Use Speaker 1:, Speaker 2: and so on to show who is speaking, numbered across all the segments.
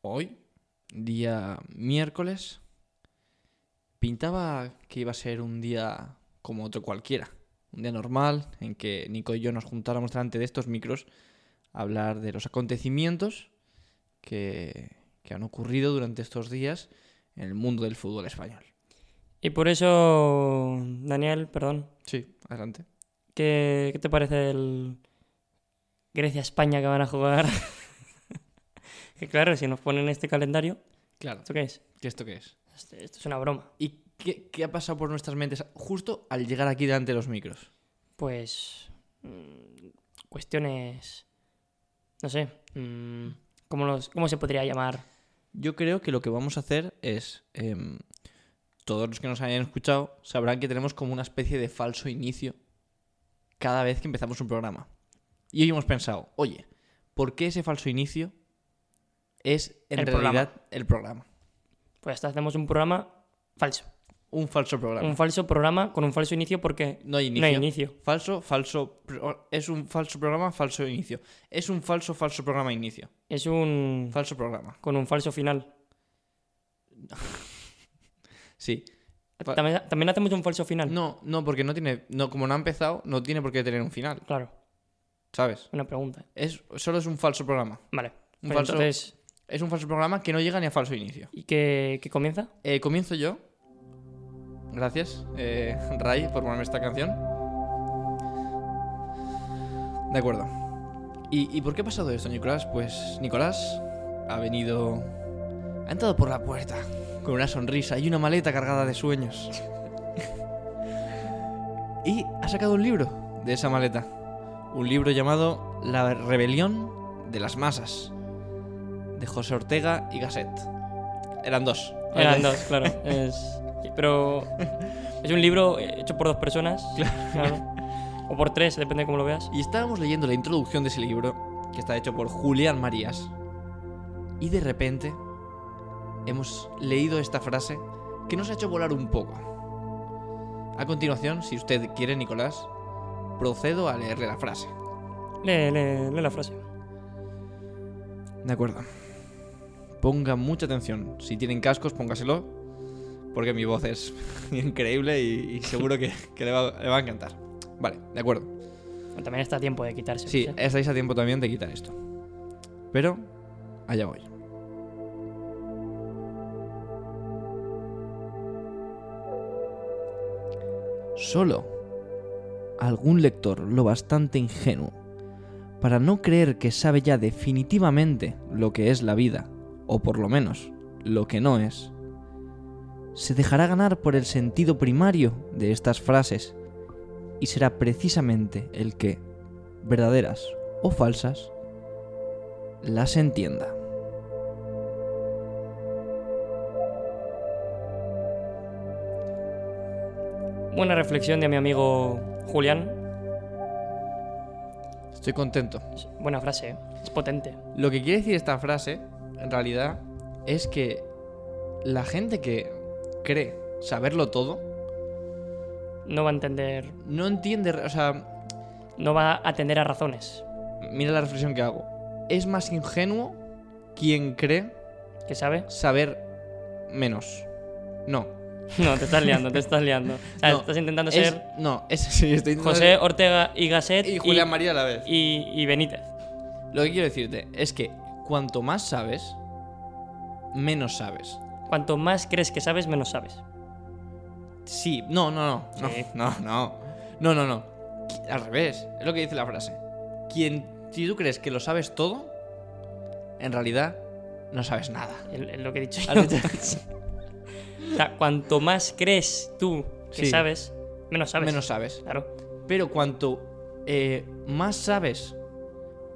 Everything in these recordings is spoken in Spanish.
Speaker 1: hoy, día miércoles, pintaba que iba a ser un día como otro cualquiera. Un día normal en que Nico y yo nos juntáramos delante de estos micros a hablar de los acontecimientos que, que han ocurrido durante estos días en el mundo del fútbol español.
Speaker 2: Y por eso, Daniel, perdón,
Speaker 1: Sí, adelante.
Speaker 2: ¿qué, qué te parece el Grecia-España que van a jugar? que claro, si nos ponen este calendario,
Speaker 1: Claro.
Speaker 2: ¿esto qué es?
Speaker 1: ¿Qué esto qué es?
Speaker 2: Esto, esto es una broma.
Speaker 1: ¿Y qué, qué ha pasado por nuestras mentes justo al llegar aquí delante de los micros?
Speaker 2: Pues mm, cuestiones, no sé, mm, ¿cómo, los, ¿cómo se podría llamar?
Speaker 1: Yo creo que lo que vamos a hacer es. em, todos los que nos hayan escuchado sabrán que tenemos como una especie de falso inicio cada vez que empezamos un programa. Y hoy hemos pensado, oye, ¿por qué ese falso inicio es en
Speaker 2: El
Speaker 1: realidad
Speaker 2: programa.
Speaker 1: el programa?
Speaker 2: Pues hasta hacemos un programa falso.
Speaker 1: Un falso programa.
Speaker 2: Un falso programa con un falso inicio porque
Speaker 1: No hay inicio.
Speaker 2: no hay inicio.
Speaker 1: Falso, falso. pro- Es un falso programa, falso inicio. Es un falso, falso programa, inicio.
Speaker 2: Es un...
Speaker 1: Falso programa.
Speaker 2: con un falso final.
Speaker 1: Sí. Fa-
Speaker 2: También, también hacemos un falso final.
Speaker 1: No, no, porque no tiene. No, como no ha empezado, no tiene por qué tener un final,
Speaker 2: Claro,
Speaker 1: ¿sabes?
Speaker 2: una pregunta.
Speaker 1: Es, solo es un falso programa.
Speaker 2: Vale.
Speaker 1: Un
Speaker 2: Pues
Speaker 1: falso-
Speaker 2: Entonces,
Speaker 1: Es un falso programa que no llega ni a falso inicio.
Speaker 2: ¿y qué, qué comienza?
Speaker 1: Eh, comienzo yo. Gracias, eh, Ray, por ponerme esta canción. De acuerdo. ¿Y, y por qué ha pasado esto, Nicolás? Pues Nicolás ha venido... Ha entrado por la puerta con una sonrisa y una maleta cargada de sueños. y ha sacado un libro de esa maleta. Un libro llamado La rebelión de las masas. De José Ortega y Gasset. Eran dos.
Speaker 2: Eran dos, claro. Es... Pero es un libro hecho por dos personas. claro. O por tres, depende de cómo lo veas.
Speaker 1: Y estábamos leyendo la introducción de ese libro, que está hecho por Julián Marías, y de repente hemos leído esta frase que nos ha hecho volar un poco. A continuación, si usted quiere, Nicolás, procedo a leerle la frase.
Speaker 2: Lee, lee, lee la frase.
Speaker 1: De acuerdo. Ponga mucha atención. Si tienen cascos, póngaselo. Porque mi voz es increíble y, y seguro que, que le, va, le va a encantar. Vale, de acuerdo.
Speaker 2: Bueno, También está a tiempo de quitarse.
Speaker 1: Sí, estáis a tiempo también de quitar esto. Pero allá voy. Solo algún lector lo bastante ingenuo para no creer que sabe ya definitivamente lo que es la vida, o por lo menos lo que no es, se dejará ganar por el sentido primario de estas frases y será precisamente el que, verdaderas o falsas, las entienda.
Speaker 2: Buena reflexión de mi amigo Julián.
Speaker 1: Estoy contento.
Speaker 2: Es Buena frase, ¿eh? es potente.
Speaker 1: Lo que quiere decir esta frase, en realidad, es que la gente que cree saberlo todo,
Speaker 2: No va a entender,
Speaker 1: no entiende, o sea,
Speaker 2: no va a atender a razones.
Speaker 1: mira la reflexión que hago. Es más ingenuo quien cree
Speaker 2: ¿Qué sabe?
Speaker 1: saber menos. No.
Speaker 2: No, te estás liando, te estás liando. O sea,
Speaker 1: No,
Speaker 2: estás intentando
Speaker 1: Es-
Speaker 2: ser
Speaker 1: no, es, sí, estoy intentando-
Speaker 2: José Ortega y Gasset
Speaker 1: y Julián María a la vez.
Speaker 2: y- y Benítez.
Speaker 1: Lo que quiero decirte es que cuanto más sabes, menos sabes.
Speaker 2: Cuanto más crees que sabes, menos sabes.
Speaker 1: Sí, no, no, no.
Speaker 2: Sí.
Speaker 1: No, no, no. No, no, no. Qui- Al revés. Es lo que dice la frase. Quien, si tú crees que lo sabes todo, en realidad no sabes nada.
Speaker 2: Es es lo que he dicho yo.
Speaker 1: Has dicho-
Speaker 2: O sea, cuanto más crees tú que
Speaker 1: Sí.
Speaker 2: sabes, menos sabes.
Speaker 1: menos sabes.
Speaker 2: Claro.
Speaker 1: Pero cuanto eh, más sabes,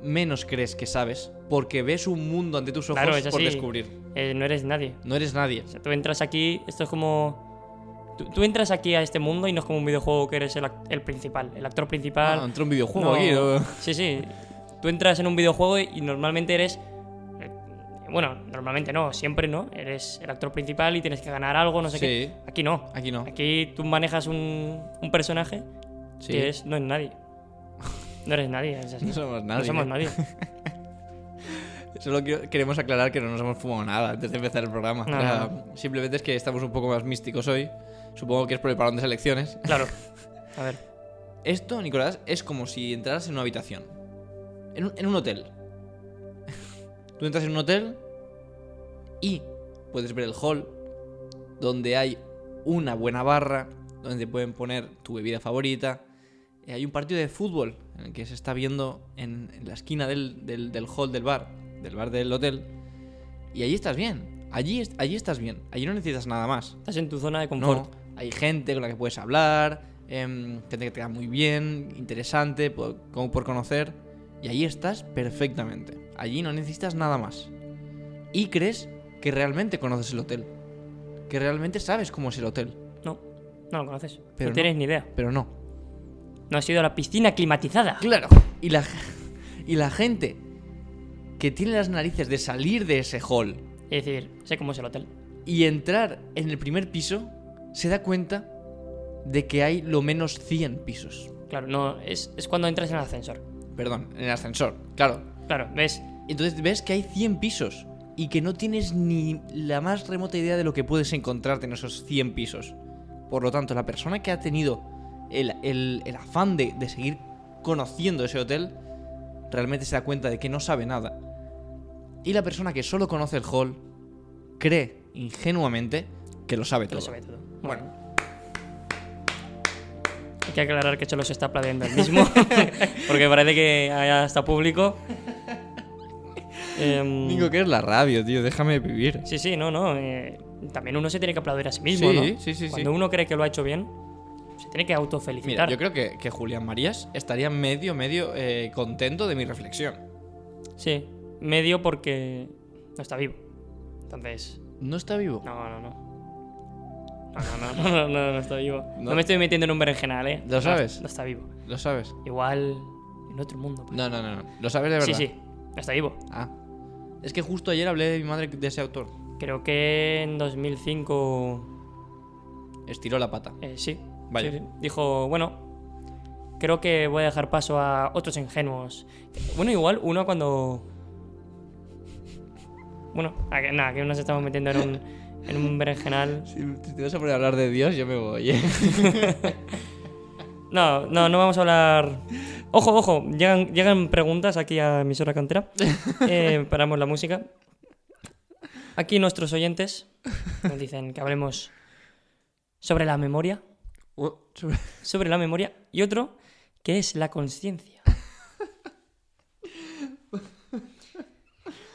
Speaker 1: menos crees que sabes, porque ves un mundo ante tus ojos
Speaker 2: Claro, es
Speaker 1: por
Speaker 2: así.
Speaker 1: descubrir.
Speaker 2: Eh, no eres nadie.
Speaker 1: No eres nadie.
Speaker 2: O sea, tú entras aquí, esto es como... Tú, tú entras aquí a este mundo y no es como un videojuego que eres el, act- el principal, el actor principal.
Speaker 1: Ah, entró un videojuego
Speaker 2: No.
Speaker 1: aquí. ¿no?
Speaker 2: Sí, sí. Tú entras en un videojuego y normalmente eres... eh, Bueno, normalmente no, siempre no. Eres el actor principal y tienes que ganar algo, no sé
Speaker 1: Sí.
Speaker 2: qué. Aquí no.
Speaker 1: Aquí no.
Speaker 2: Aquí tú manejas un, un personaje
Speaker 1: Sí.
Speaker 2: que es, no es nadie. ¿eh? No eres nadie, es así.
Speaker 1: No somos nadie.
Speaker 2: No somos nadie.
Speaker 1: Solo quiero- queremos aclarar que no nos hemos fumado nada antes de empezar el programa.
Speaker 2: No,
Speaker 1: O sea,
Speaker 2: no.
Speaker 1: Simplemente es que estamos un poco más místicos hoy. Supongo que es por el parón de selecciones.
Speaker 2: Claro. A ver.
Speaker 1: Esto, Nicolás, es como si entraras en una habitación. En un, en un hotel. Tú entras en un hotel y puedes ver el hall, donde hay una buena barra, donde pueden poner tu bebida favorita. Eh, Hay un partido de fútbol en el que se está viendo en, en la esquina del, del- del hall del bar, del bar del hotel. Y allí estás bien. Allí, est- allí estás bien. Allí no necesitas nada más.
Speaker 2: Estás en tu zona de
Speaker 1: No,
Speaker 2: confort.
Speaker 1: hay gente con la que puedes hablar, em, gente que te da muy bien, interesante, por, como por conocer. Y allí estás perfectamente. Allí no necesitas nada más. Y crees que realmente conoces el hotel. Que realmente sabes cómo es el hotel.
Speaker 2: No. No lo conoces.
Speaker 1: Pero
Speaker 2: no tienes
Speaker 1: no.
Speaker 2: ni idea.
Speaker 1: Pero no.
Speaker 2: No has ido a la piscina climatizada.
Speaker 1: Claro. Y la, y la gente que tiene las narices de salir de ese hall
Speaker 2: Es decir, sé cómo es el hotel.
Speaker 1: y entrar en el primer piso se da cuenta de que hay lo menos 100 pisos.
Speaker 2: Claro, no. Es, es cuando entras en el ascensor.
Speaker 1: Perdón, en el ascensor. Claro,
Speaker 2: Claro, ves.
Speaker 1: Entonces ves que hay 100 pisos y que no tienes ni la más remota idea de lo que puedes encontrarte en esos 100 pisos. Por lo tanto, la persona que ha tenido el, el- el afán de, de seguir conociendo ese hotel realmente se da cuenta de que no sabe nada. Y la persona que solo conoce el hall cree ingenuamente que lo sabe
Speaker 2: que lo
Speaker 1: todo.
Speaker 2: sabe todo.
Speaker 1: Bueno.
Speaker 2: Hay que aclarar que Cholo se está aplaudiendo el mismo. porque parece que ya está público. Em,
Speaker 1: Digo que es la radio, tío, déjame vivir.
Speaker 2: Sí, sí, no, no. eh, también uno se tiene que aplaudir a sí mismo,
Speaker 1: Sí,
Speaker 2: ¿no?
Speaker 1: sí, sí, sí.
Speaker 2: Cuando uno cree que lo ha hecho bien, se tiene que
Speaker 1: Mira,
Speaker 2: autofelicitar.
Speaker 1: yo creo que, que Julián Marías estaría medio, medio eh, contento de mi reflexión.
Speaker 2: Sí, medio porque no está vivo. Entonces,
Speaker 1: No está vivo.
Speaker 2: no, no, no. No, no, no, no, no, no, no está vivo. No.
Speaker 1: No.
Speaker 2: me estoy metiendo en un berenjenal, ¿eh?
Speaker 1: ¿Lo
Speaker 2: No,
Speaker 1: sabes?
Speaker 2: No, está vivo.
Speaker 1: Lo sabes.
Speaker 2: Igual en otro mundo. pues.
Speaker 1: No, no, no, no. Lo sabes de verdad.
Speaker 2: Sí, sí, no está vivo.
Speaker 1: Ah. Es que justo ayer hablé de mi madre de ese autor.
Speaker 2: Creo que en 2005.
Speaker 1: Estiró la pata.
Speaker 2: eh, sí.
Speaker 1: Vaya.
Speaker 2: Sí, sí. Dijo, bueno, creo que voy a dejar paso a otros ingenuos. Bueno, igual uno cuando. Bueno, a que- nada, que nos estamos metiendo en un, en un berenjenal.
Speaker 1: Si te vas a poner a hablar de Dios, yo me voy. ¿eh?
Speaker 2: No, no, no vamos a hablar. Ojo, ojo, llegan, llegan preguntas aquí a emisora cantera. Eh, paramos la música. Aquí nuestros oyentes nos dicen que hablemos sobre la memoria. sobre la memoria y otro que es la conciencia.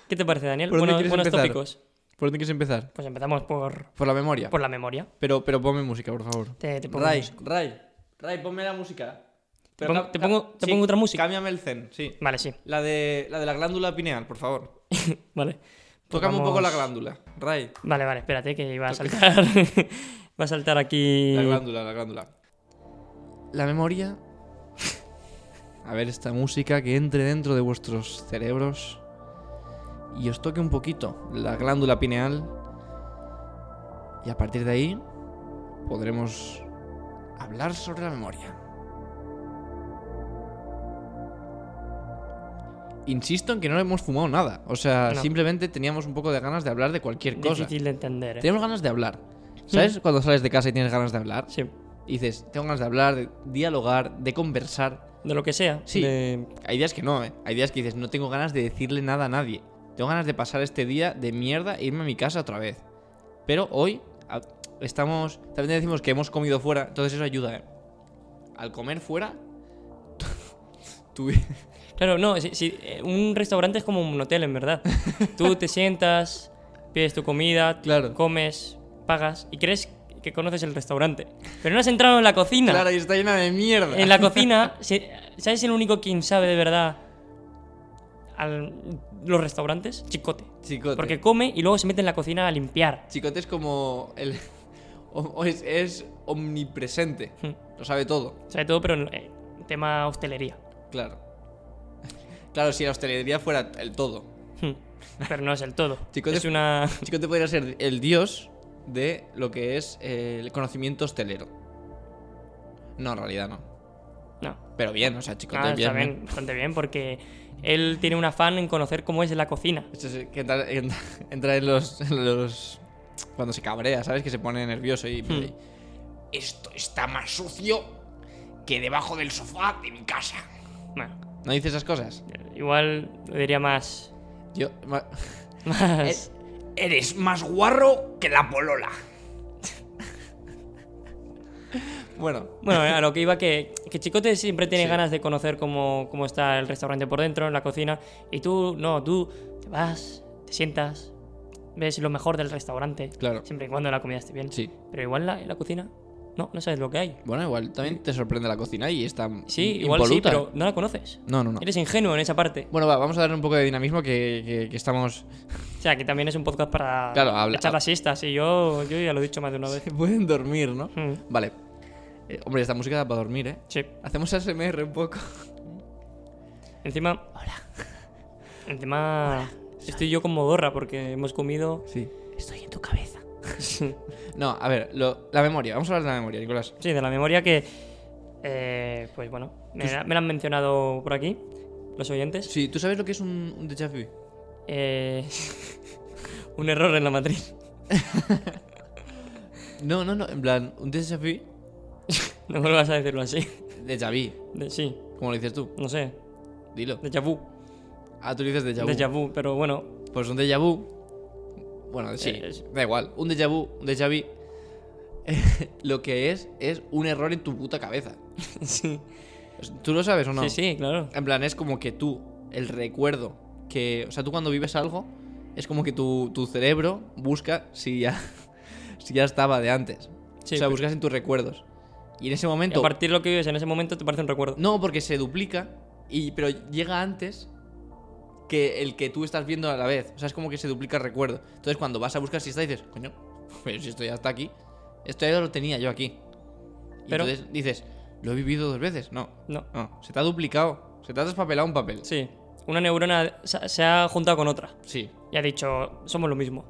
Speaker 2: ¿Qué te parece, Daniel?
Speaker 1: ¿Por dónde
Speaker 2: Buenos,
Speaker 1: quieres
Speaker 2: buenos
Speaker 1: empezar?
Speaker 2: tópicos.
Speaker 1: ¿Por dónde quieres empezar?
Speaker 2: Pues empezamos por,
Speaker 1: Por la memoria.
Speaker 2: por la memoria.
Speaker 1: Pero, pero ponme música, por favor.
Speaker 2: Te, te pongo
Speaker 1: Ray,
Speaker 2: música.
Speaker 1: Ray, Ray, ponme la música.
Speaker 2: Pero pongo- ca- te ca- pongo- te sí, pongo otra música.
Speaker 1: Cámbiame el zen, sí.
Speaker 2: Vale, sí,
Speaker 1: La de la, de la glándula pineal, por favor.
Speaker 2: vale.
Speaker 1: Tocame un
Speaker 2: Pongamos-
Speaker 1: poco la glándula. Ray,
Speaker 2: Vale, vale, espérate que iba a saltar. va a saltar aquí.
Speaker 1: la glándula, la glándula. La memoria. A ver esta música que entre dentro de vuestros cerebros y os toque un poquito la glándula pineal. Y a partir de ahí podremos hablar sobre la memoria. Insisto en que no hemos fumado nada. O sea,
Speaker 2: No.
Speaker 1: simplemente teníamos un poco de ganas de hablar de cualquier cosa.
Speaker 2: Difícil de entender. ¿eh?
Speaker 1: Tenemos ganas de hablar. ¿Sabes cuando sales de casa y tienes ganas de hablar?
Speaker 2: Sí,
Speaker 1: Y dices, tengo ganas de hablar, de dialogar, de conversar.
Speaker 2: de lo que sea.
Speaker 1: Sí.
Speaker 2: de-
Speaker 1: Hay días que no, ¿eh? Hay días que dices, no tengo ganas de decirle nada a nadie. Tengo ganas de pasar este día de mierda e irme a mi casa otra vez. Pero hoy a- estamos... También decimos que hemos comido fuera, entonces eso ayuda, ¿eh? Al comer fuera... tú-
Speaker 2: Claro, no, si- si- eh, un restaurante es como un hotel, en verdad. Tú te sientas, pides tu comida,
Speaker 1: Claro.
Speaker 2: comes, pagas y crees que conoces el restaurante. Pero no has entrado en la cocina.
Speaker 1: Claro, y está llena de mierda.
Speaker 2: En la cocina, si- ¿sabes el único quien sabe de verdad al- los restaurantes? Chicote.
Speaker 1: Chicote.
Speaker 2: Porque come y luego se mete en la cocina a limpiar.
Speaker 1: Chicote es como... El... o- o es- es omnipresente.
Speaker 2: Hmm.
Speaker 1: Lo sabe todo.
Speaker 2: Sabe todo, pero en eh, tema hostelería.
Speaker 1: Claro. Claro, si la hostelería fuera el todo.
Speaker 2: Hmm. Pero no es el todo.
Speaker 1: Chicote-
Speaker 2: es una...
Speaker 1: Chico te podría ser el dios de lo que es eh, el conocimiento hostelero. No, en realidad no.
Speaker 2: No.
Speaker 1: Pero bien, o sea, chicos, bien.
Speaker 2: Ah,
Speaker 1: ¿eh?
Speaker 2: está
Speaker 1: ¿no?
Speaker 2: bien, bastante bien, porque él tiene un afán en conocer cómo es la cocina.
Speaker 1: Esto es que entra, entra- entra en, los, en los- Cuando se cabrea, ¿sabes? Que se pone nervioso y...
Speaker 2: Hmm.
Speaker 1: Esto está más sucio que debajo del sofá de mi casa.
Speaker 2: Bueno,
Speaker 1: ¿No dice esas cosas?
Speaker 2: igual lo diría más.
Speaker 1: Yo... ma-
Speaker 2: Más.
Speaker 1: Eh, Eres más guarro que la polola. bueno,
Speaker 2: Bueno, a lo que iba que, que Chicote siempre tiene ganas de conocer cómo, cómo está el restaurante por dentro, en la cocina, y tú no, tú te vas, te sientas, ves lo mejor del restaurante,
Speaker 1: claro.
Speaker 2: siempre y cuando la comida esté bien.
Speaker 1: Sí.
Speaker 2: Pero igual la, en la cocina, no, no sabes lo que hay.
Speaker 1: Bueno, igual también te sorprende la cocina y está...
Speaker 2: Sí, igual
Speaker 1: impoluta.
Speaker 2: sí, pero no la conoces.
Speaker 1: No, no, no.
Speaker 2: Eres ingenuo en esa parte.
Speaker 1: Bueno, va, vamos a darle un poco de dinamismo que, que- que estamos...
Speaker 2: O sea, que también es un podcast para
Speaker 1: Claro, habla-
Speaker 2: echar las siestas, y yo, yo ya lo he dicho más de una vez.
Speaker 1: Pueden dormir, ¿no?
Speaker 2: Mm,
Speaker 1: Vale. Eh, hombre, esta música da para dormir, ¿eh?
Speaker 2: sí.
Speaker 1: Hacemos ASMR un poco.
Speaker 2: Encima. Encima. Estoy yo como gorra porque hemos comido.
Speaker 1: Sí.
Speaker 2: Estoy en tu cabeza. sí,
Speaker 1: No, a ver, lo- la memoria. Vamos a hablar de la memoria, Nicolás.
Speaker 2: de la memoria que. eh, pues bueno, me, la- me la han mencionado por aquí, los oyentes.
Speaker 1: Sí, ¿tú sabes lo que es un, un déjà vu?
Speaker 2: Eh, un error en la matriz.
Speaker 1: No, no, no. En plan, un déjà vu...
Speaker 2: No vuelvas a decirlo así.
Speaker 1: Déjà vu.
Speaker 2: De- sí,
Speaker 1: ¿Cómo lo dices tú?
Speaker 2: no sé.
Speaker 1: Dilo.
Speaker 2: Déjà vu.
Speaker 1: Ah, tú dices déjà vu.
Speaker 2: Déjà vu, pero bueno.
Speaker 1: Pues un déjà vu... Bueno, sí,
Speaker 2: Eh, es-
Speaker 1: da igual. Un déjà vu, un déjà vu... lo que es, es un error en tu puta cabeza.
Speaker 2: sí.
Speaker 1: ¿Tú lo sabes o no?
Speaker 2: Sí, sí, claro.
Speaker 1: En plan, es como que tú, el recuerdo que. O sea, tú cuando vives algo, es como que tu, tu cerebro busca si ya, si ya estaba de antes.
Speaker 2: Sí,
Speaker 1: o sea,
Speaker 2: pero-
Speaker 1: buscas en tus recuerdos. Y en ese
Speaker 2: Y a
Speaker 1: momento.
Speaker 2: partir de lo que vives en ese momento te parece un recuerdo.
Speaker 1: No, porque se duplica, y, pero llega antes que el que tú estás viendo a la vez. O sea, es como que se duplica el recuerdo. Entonces, cuando vas a buscar si está, dices, coño, pero si esto ya está aquí. Esto ya lo tenía yo aquí. Y
Speaker 2: Pero-
Speaker 1: entonces dices, ¿lo he vivido dos veces? No.
Speaker 2: No.
Speaker 1: No, se te ha duplicado. Se te ha despapelado un papel.
Speaker 2: Sí. Una neurona se se ha juntado con otra.
Speaker 1: Sí,
Speaker 2: Y ha dicho, somos lo mismo.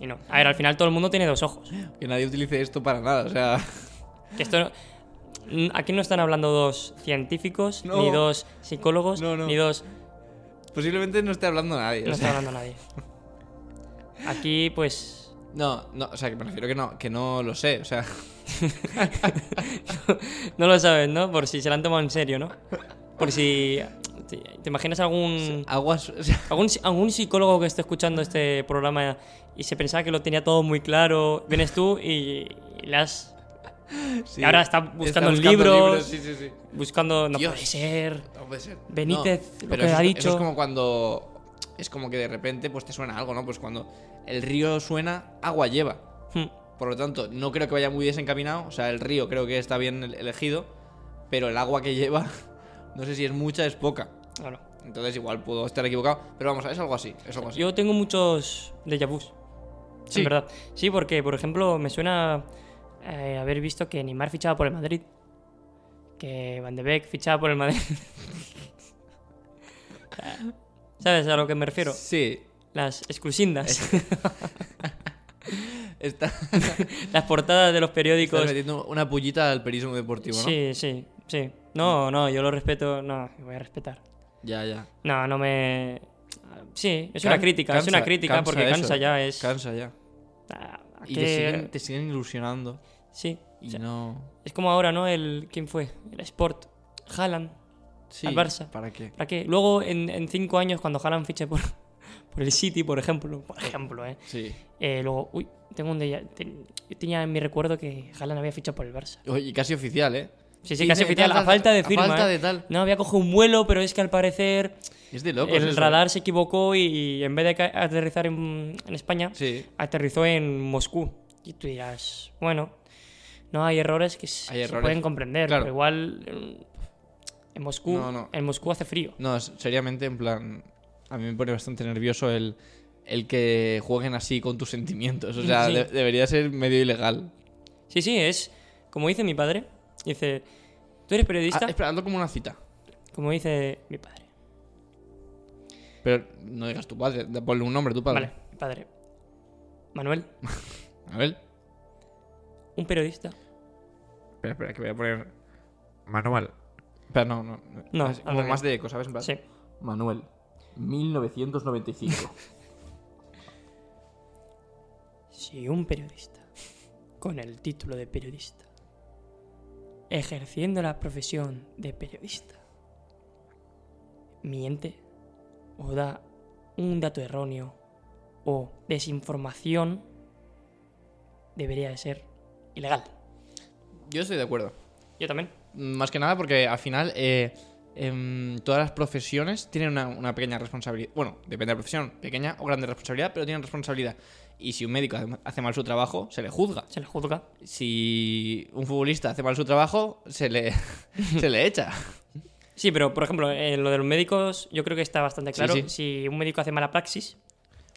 Speaker 2: Y no. A ver, al final todo el mundo tiene dos ojos.
Speaker 1: que nadie utilice esto para nada, o sea,
Speaker 2: Que esto no- Mm, Aquí no están hablando dos científicos,
Speaker 1: No.
Speaker 2: ni dos psicólogos,
Speaker 1: No, no.
Speaker 2: ni dos...
Speaker 1: posiblemente no esté hablando nadie. o
Speaker 2: No está
Speaker 1: sea.
Speaker 2: hablando nadie. Aquí, pues...
Speaker 1: No, no, o sea, que me refiero que no, que no lo sé, o sea,
Speaker 2: No lo sabes, ¿no? Por si se lo han tomado en serio, ¿no? Por si... ¿Te te imaginas algún...
Speaker 1: aguas, o sea,
Speaker 2: Algún, si- algún psicólogo que esté escuchando este programa y se pensaba que lo tenía todo muy claro, vienes tú y, y le has-
Speaker 1: sí.
Speaker 2: Y ahora está buscando en libros.
Speaker 1: Sí, sí, sí.
Speaker 2: buscando. No
Speaker 1: Dios.
Speaker 2: puede ser.
Speaker 1: No puede ser.
Speaker 2: Benítez,
Speaker 1: No,
Speaker 2: lo
Speaker 1: pero
Speaker 2: que
Speaker 1: eso
Speaker 2: ha
Speaker 1: es- eso
Speaker 2: dicho.
Speaker 1: es como cuando es como que de repente pues te suena algo, ¿no? Pues cuando el río suena, agua lleva.
Speaker 2: Hmm.
Speaker 1: Por lo tanto, no creo que vaya muy desencaminado, o sea, el río creo que está bien ele- elegido, pero el agua que lleva no sé si es mucha, es poca.
Speaker 2: Claro.
Speaker 1: Entonces igual puedo estar equivocado, pero vamos, es algo así, es algo así.
Speaker 2: Yo tengo muchos déjà vus.
Speaker 1: Sí.
Speaker 2: En verdad. Sí, porque, por ejemplo, me suena eh, haber visto que Neymar fichaba por el Madrid. Que Van de Beek fichaba por el Madrid. ¿Sabes a lo que me refiero?
Speaker 1: Sí,
Speaker 2: Las exclusindas.
Speaker 1: está
Speaker 2: las portadas de los periódicos.
Speaker 1: Estás metiendo una pullita al perismo deportivo, ¿no? Mm.
Speaker 2: Sí, sí, sí. No, no, yo lo respeto. No, voy a respetar.
Speaker 1: Ya, ya.
Speaker 2: No, no me. Sí, es
Speaker 1: Can-
Speaker 2: una crítica, es una
Speaker 1: cansa-
Speaker 2: crítica
Speaker 1: cansa
Speaker 2: porque
Speaker 1: eso.
Speaker 2: cansa ya, es.
Speaker 1: Cansa ya.
Speaker 2: Ah, ¿a
Speaker 1: Y
Speaker 2: qué?
Speaker 1: te siguen, te siguen ilusionando.
Speaker 2: Sí,
Speaker 1: Y
Speaker 2: o sea,
Speaker 1: no.
Speaker 2: es como ahora, ¿no? El, ¿Quién fue? El Sport. Haaland.
Speaker 1: Sí,
Speaker 2: al Barça.
Speaker 1: ¿Para qué?
Speaker 2: ¿Para qué? Luego, en, en cinco años, cuando Haaland fiche por, por el City, por ejemplo, por ejemplo, ¿eh?
Speaker 1: Sí.
Speaker 2: Eh, luego, uy, tengo un. déjà- ten- yo tenía en mi recuerdo que Haaland había fichado por el Barça.
Speaker 1: Oye, y casi oficial, ¿eh?
Speaker 2: Sí, sí,
Speaker 1: Dice,
Speaker 2: casi oficial,
Speaker 1: tal,
Speaker 2: a
Speaker 1: tal,
Speaker 2: falta de
Speaker 1: a
Speaker 2: firma.
Speaker 1: falta
Speaker 2: ¿eh?
Speaker 1: de tal.
Speaker 2: No, había cogido un vuelo, pero es que al parecer
Speaker 1: Es de locos.
Speaker 2: el
Speaker 1: eso.
Speaker 2: radar se equivocó y, y en vez de ca- aterrizar en, en España,
Speaker 1: Sí.
Speaker 2: aterrizó en Moscú. Y tú dirás, bueno, no hay errores que se,
Speaker 1: Hay
Speaker 2: se
Speaker 1: errores.
Speaker 2: pueden comprender,
Speaker 1: Claro.
Speaker 2: pero igual eh, en Moscú,
Speaker 1: No, no.
Speaker 2: en Moscú hace frío.
Speaker 1: No, es- seriamente, en plan. A mí me pone bastante nervioso el, el que jueguen así con tus sentimientos. O sea,
Speaker 2: Sí.
Speaker 1: de- debería ser medio ilegal.
Speaker 2: Sí, sí, es como dice mi padre, dice, tú eres periodista,
Speaker 1: Ah, espera, hazlo como una cita.
Speaker 2: como dice mi padre.
Speaker 1: Pero no digas tu padre, da- ponle un nombre, tu padre.
Speaker 2: Vale, mi padre. Manuel,
Speaker 1: A ver.
Speaker 2: un periodista
Speaker 1: Espera, espera, que voy a poner. Manuel. Pero no, no.
Speaker 2: No,
Speaker 1: así,
Speaker 2: al
Speaker 1: como
Speaker 2: revés.
Speaker 1: más de eco, ¿sabes? En plan,
Speaker 2: Sí.
Speaker 1: Manuel, 1995.
Speaker 2: Si un periodista, con el título de periodista, ejerciendo la profesión de periodista, miente o da un dato erróneo o desinformación, debería de ser ilegal.
Speaker 1: Yo estoy de acuerdo.
Speaker 2: Yo también.
Speaker 1: Más que nada porque al final eh, em, todas las profesiones tienen una, una pequeña responsabilidad. Bueno, depende de la profesión, pequeña o grande responsabilidad, pero tienen responsabilidad. Y si un médico hace- hace mal su trabajo, se le juzga.
Speaker 2: Se le juzga.
Speaker 1: Si un futbolista hace mal su trabajo, se le, se le echa.
Speaker 2: Sí, pero por ejemplo, en lo de los médicos, yo creo que está bastante claro.
Speaker 1: sí.
Speaker 2: Si un médico hace mala praxis,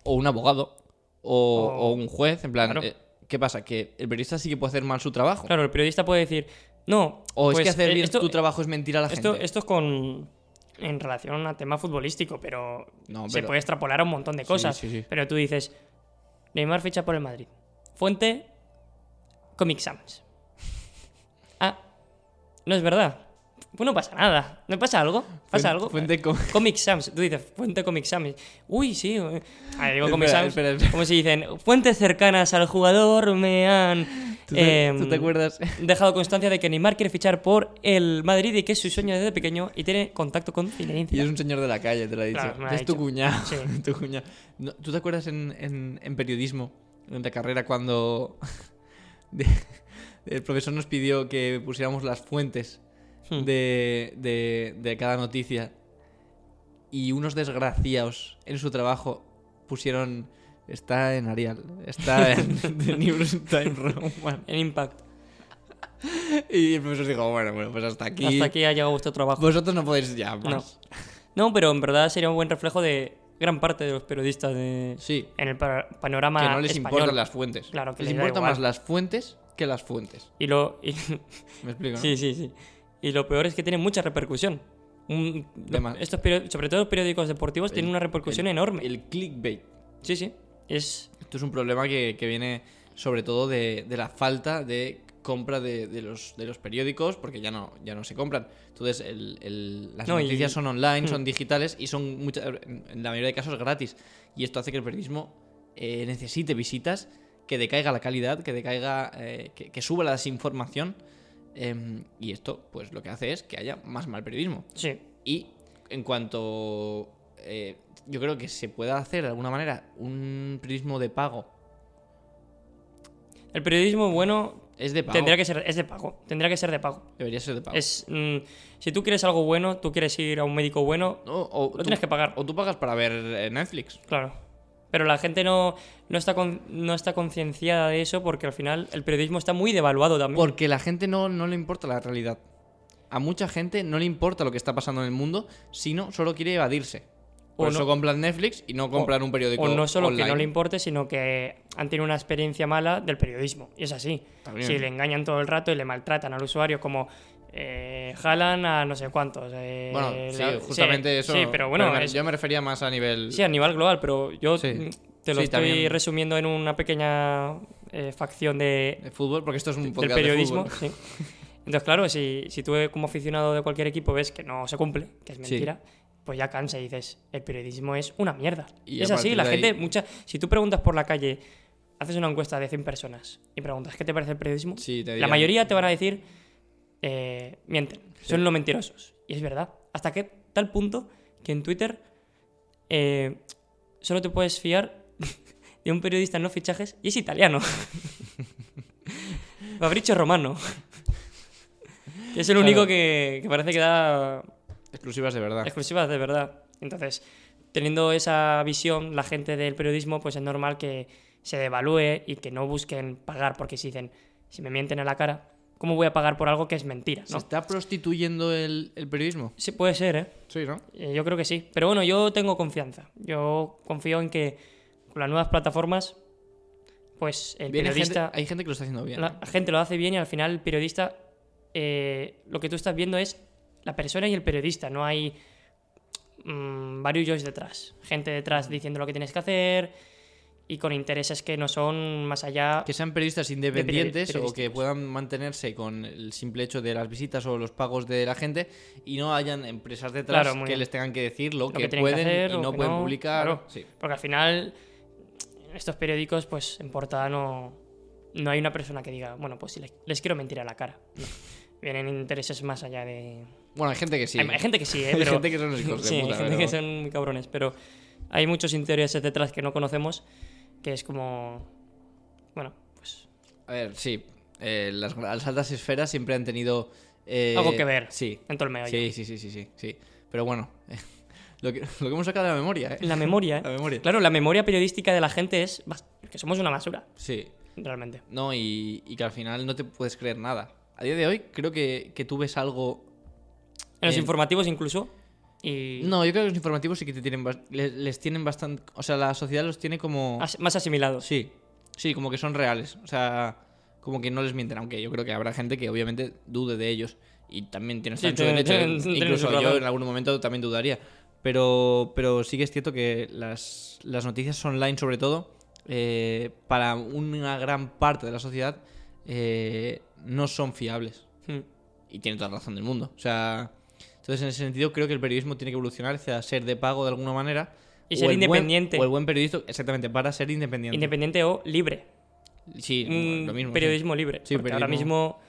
Speaker 1: O un abogado. O,
Speaker 2: O-
Speaker 1: o un juez. En plan,
Speaker 2: Claro.
Speaker 1: eh, ¿qué pasa? Que el periodista sí que puede hacer mal su trabajo.
Speaker 2: claro, el periodista puede decir, no,
Speaker 1: O es
Speaker 2: pues,
Speaker 1: que hacer
Speaker 2: eh,
Speaker 1: bien
Speaker 2: esto-
Speaker 1: tu trabajo es mentir a la
Speaker 2: Esto,
Speaker 1: gente.
Speaker 2: esto es con en relación a tema futbolístico, pero,
Speaker 1: No,
Speaker 2: se
Speaker 1: pero-
Speaker 2: puede extrapolar a un montón de
Speaker 1: Sí,
Speaker 2: cosas.
Speaker 1: sí, sí.
Speaker 2: Pero tú dices, Neymar ficha por el Madrid. Fuente, Comic Sans. Ah, no es verdad. Pues no pasa nada. ¿No pasa algo? ¿Pasa
Speaker 1: Fuente-
Speaker 2: algo?
Speaker 1: fuente com-
Speaker 2: Comic Sans. Tú dices, fuente Comic Sans. Uy, sí. eh. Ah, digo Comic
Speaker 1: Espera,
Speaker 2: Sans.
Speaker 1: espera, espera.
Speaker 2: Como si dicen, fuentes cercanas al jugador me han...
Speaker 1: ¿Tú te-
Speaker 2: em,
Speaker 1: ¿Tú te acuerdas?
Speaker 2: dejado constancia de que Neymar quiere fichar por el Madrid y que es su sueño desde pequeño y tiene contacto con
Speaker 1: Y
Speaker 2: Zinedine
Speaker 1: es un señor de la calle, te lo he dicho. Este
Speaker 2: Claro, me lo ha
Speaker 1: es tu
Speaker 2: dicho.
Speaker 1: cuñado.
Speaker 2: Sí.
Speaker 1: tu cuñado. No, ¿Tú te acuerdas en, en- en periodismo, en la carrera, cuando de- el profesor nos pidió que pusiéramos las fuentes
Speaker 2: Hmm.
Speaker 1: de, de- de cada noticia? Y unos desgraciados en su trabajo pusieron. Está en Arial, está en The New York Times Roman.
Speaker 2: en Impact.
Speaker 1: Y el profesor dijo: Bueno, bueno, pues hasta aquí.
Speaker 2: Hasta aquí ha llegado vuestro trabajo.
Speaker 1: Vosotros no podéis ya más.
Speaker 2: No, pero en verdad sería un buen reflejo de gran parte de los periodistas de...
Speaker 1: Sí,
Speaker 2: en el pa- panorama
Speaker 1: que no les
Speaker 2: español.
Speaker 1: importan las fuentes.
Speaker 2: Claro, que
Speaker 1: les
Speaker 2: les da
Speaker 1: importa
Speaker 2: igual.
Speaker 1: más las fuentes que las fuentes.
Speaker 2: Y lo... y-
Speaker 1: ¿Me explico? no?
Speaker 2: sí, sí, sí. Y lo peor es que tiene mucha repercusión. Un-
Speaker 1: De más.
Speaker 2: Estos perio- sobre todo los periódicos deportivos tienen una repercusión enorme.
Speaker 1: El clickbait.
Speaker 2: Sí, sí. Es
Speaker 1: Esto es un problema que, que viene sobre todo de, de la falta de compra de, de los, de los periódicos, porque ya no, ya no se compran. Entonces, el- el- las
Speaker 2: No, y- Hmm.
Speaker 1: noticias son online, son digitales y son muchas, en en la mayoría de casos gratis. Y esto hace que el periodismo eh, necesite visitas, que decaiga la calidad, que decaiga, eh, que, que suba la desinformación. em, y esto, pues lo que hace es que haya más mal periodismo.
Speaker 2: sí.
Speaker 1: Y en cuanto eh, yo creo que se pueda hacer de alguna manera un periodismo de pago.
Speaker 2: El periodismo bueno
Speaker 1: Es de pago.
Speaker 2: tendría que ser es de pago. Tendría que ser de pago.
Speaker 1: Debería ser de pago.
Speaker 2: Es, mm, si tú quieres algo bueno, tú quieres ir a un médico bueno,
Speaker 1: No, o
Speaker 2: lo tienes que pagar.
Speaker 1: O tú pagas para ver eh, Netflix.
Speaker 2: Claro. Pero la gente no, no está con- no está concienciada de eso porque al final el periodismo está muy devaluado también.
Speaker 1: Porque la gente no, no le importa la realidad. A mucha gente no le importa lo que está pasando en el mundo, sino solo quiere evadirse. Por
Speaker 2: O
Speaker 1: eso
Speaker 2: no-
Speaker 1: compran Netflix y no compran un periódico.
Speaker 2: o no solo que no
Speaker 1: online.
Speaker 2: le importe, sino que han tenido una experiencia mala del periodismo. Y es así.
Speaker 1: También.
Speaker 2: Si le engañan todo el rato y le maltratan al usuario como eh, jalan a no sé cuántos. eh,
Speaker 1: Bueno,
Speaker 2: la-
Speaker 1: sí, justamente eso.
Speaker 2: Sí, pero bueno,
Speaker 1: me-
Speaker 2: es-
Speaker 1: yo me refería más a nivel.
Speaker 2: sí, a nivel global, pero yo
Speaker 1: Sí.
Speaker 2: mm, te lo
Speaker 1: Sí,
Speaker 2: estoy
Speaker 1: también.
Speaker 2: resumiendo en una pequeña eh, facción de,
Speaker 1: de fútbol, porque esto es un
Speaker 2: del
Speaker 1: podcast de
Speaker 2: periodismo.
Speaker 1: fútbol.
Speaker 2: sí. Entonces, claro, si, si tú eh, como aficionado de cualquier equipo ves que no se cumple, que es
Speaker 1: Sí.
Speaker 2: mentira, pues ya cansa y dices, el periodismo es una mierda.
Speaker 1: Y
Speaker 2: es
Speaker 1: a
Speaker 2: así,
Speaker 1: partir
Speaker 2: la
Speaker 1: de
Speaker 2: gente,
Speaker 1: ahí-
Speaker 2: mucha, si tú preguntas por la calle, haces una encuesta de 100 personas y preguntas, ¿qué te parece el periodismo?
Speaker 1: Sí, te
Speaker 2: la
Speaker 1: dirían-
Speaker 2: mayoría te van a decir, eh, mienten, son los mentirosos. Y es verdad, hasta que tal punto que en Twitter eh, solo te puedes fiar de un periodista en los fichajes y es italiano. Fabricio Romano. Que es el
Speaker 1: Claro.
Speaker 2: único que, que parece que da
Speaker 1: Exclusivas de verdad.
Speaker 2: exclusivas de verdad. Entonces, teniendo esa visión, la gente del periodismo, pues es normal que se devalúe y que no busquen pagar, porque si dicen, si me mienten a la cara, ¿cómo voy a pagar por algo que es mentira?
Speaker 1: ¿Se
Speaker 2: ¿no?
Speaker 1: está prostituyendo el, el periodismo?
Speaker 2: Sí, puede ser, ¿eh?
Speaker 1: Sí, ¿no?
Speaker 2: Eh, Yo creo que sí. Pero bueno, yo tengo confianza. Yo confío en que con las nuevas plataformas, pues el
Speaker 1: Viene gente-
Speaker 2: periodista.
Speaker 1: hay gente que lo está haciendo bien.
Speaker 2: la gente lo hace bien y al final el periodista. eh, lo que tú estás viendo es la persona y el periodista. No hay mm, varios yo's detrás. Gente detrás diciendo lo que tienes que hacer. y con intereses que no son más allá.
Speaker 1: Que sean periodistas independientes o que
Speaker 2: periodísticos.
Speaker 1: puedan mantenerse con el simple hecho de las visitas o los pagos de la gente y no hayan empresas detrás
Speaker 2: Claro, muy
Speaker 1: que
Speaker 2: bien.
Speaker 1: les tengan que decir lo,
Speaker 2: Lo
Speaker 1: que,
Speaker 2: que tienen que
Speaker 1: pueden
Speaker 2: hacer
Speaker 1: y
Speaker 2: o
Speaker 1: no
Speaker 2: que
Speaker 1: pueden
Speaker 2: no,
Speaker 1: publicar.
Speaker 2: claro.
Speaker 1: Sí.
Speaker 2: Porque al final, estos periódicos, pues en portada no, no hay una persona que diga, bueno, pues sí, les, les quiero mentir a la cara. No. Vienen intereses más allá de.
Speaker 1: Bueno, hay gente que sí.
Speaker 2: Hay, hay gente que sí, ¿eh?
Speaker 1: Hay
Speaker 2: pero-
Speaker 1: gente que son unos hijos de
Speaker 2: Sí, hay
Speaker 1: puta,
Speaker 2: gente
Speaker 1: pero-
Speaker 2: que son muy cabrones, pero hay muchos intereses detrás que no conocemos, que es como. Bueno, pues.
Speaker 1: A ver, sí. eh, las, las altas esferas siempre han tenido... eh,
Speaker 2: Algo que ver.
Speaker 1: Sí.
Speaker 2: En todo el meollo.
Speaker 1: Sí, sí, sí, sí, sí, sí. Pero bueno, lo, que, lo que hemos sacado de la memoria, ¿eh?
Speaker 2: La memoria,
Speaker 1: La
Speaker 2: ¿eh?
Speaker 1: memoria.
Speaker 2: Claro, la memoria periodística de la gente es. bas- que somos una basura,
Speaker 1: Sí.
Speaker 2: realmente.
Speaker 1: No, y, y que al final no te puedes creer nada. A día de hoy creo que, que tú ves algo...
Speaker 2: En los
Speaker 1: Eh,
Speaker 2: informativos incluso. Y
Speaker 1: No, yo creo que los informativos sí que te tienen bas- les, les tienen bastante... O sea, la sociedad los tiene como...
Speaker 2: as- más asimilados.
Speaker 1: Sí, sí, como que son reales. O sea, como que no les mienten, aunque yo creo que habrá gente que obviamente dude de ellos. Y también tienes
Speaker 2: Sí,
Speaker 1: tanto
Speaker 2: tienen-
Speaker 1: derecho.
Speaker 2: tienen- tienen
Speaker 1: incluso
Speaker 2: su
Speaker 1: yo
Speaker 2: razón.
Speaker 1: en algún momento también dudaría. Pero, pero sí que es cierto que las, las noticias online, sobre todo, eh, para una gran parte de la sociedad, eh, no son fiables.
Speaker 2: Mm.
Speaker 1: Y tiene toda la razón del mundo. O sea, entonces en ese sentido creo que el periodismo tiene que evolucionar hacia ser de pago de alguna manera.
Speaker 2: Y
Speaker 1: o
Speaker 2: ser
Speaker 1: el buen-
Speaker 2: independiente.
Speaker 1: o el buen periodista, exactamente, para ser independiente.
Speaker 2: Independiente o libre.
Speaker 1: Sí,
Speaker 2: Un
Speaker 1: lo mismo.
Speaker 2: periodismo libre.
Speaker 1: Sí,
Speaker 2: porque ahora
Speaker 1: periodismo-
Speaker 2: mismo,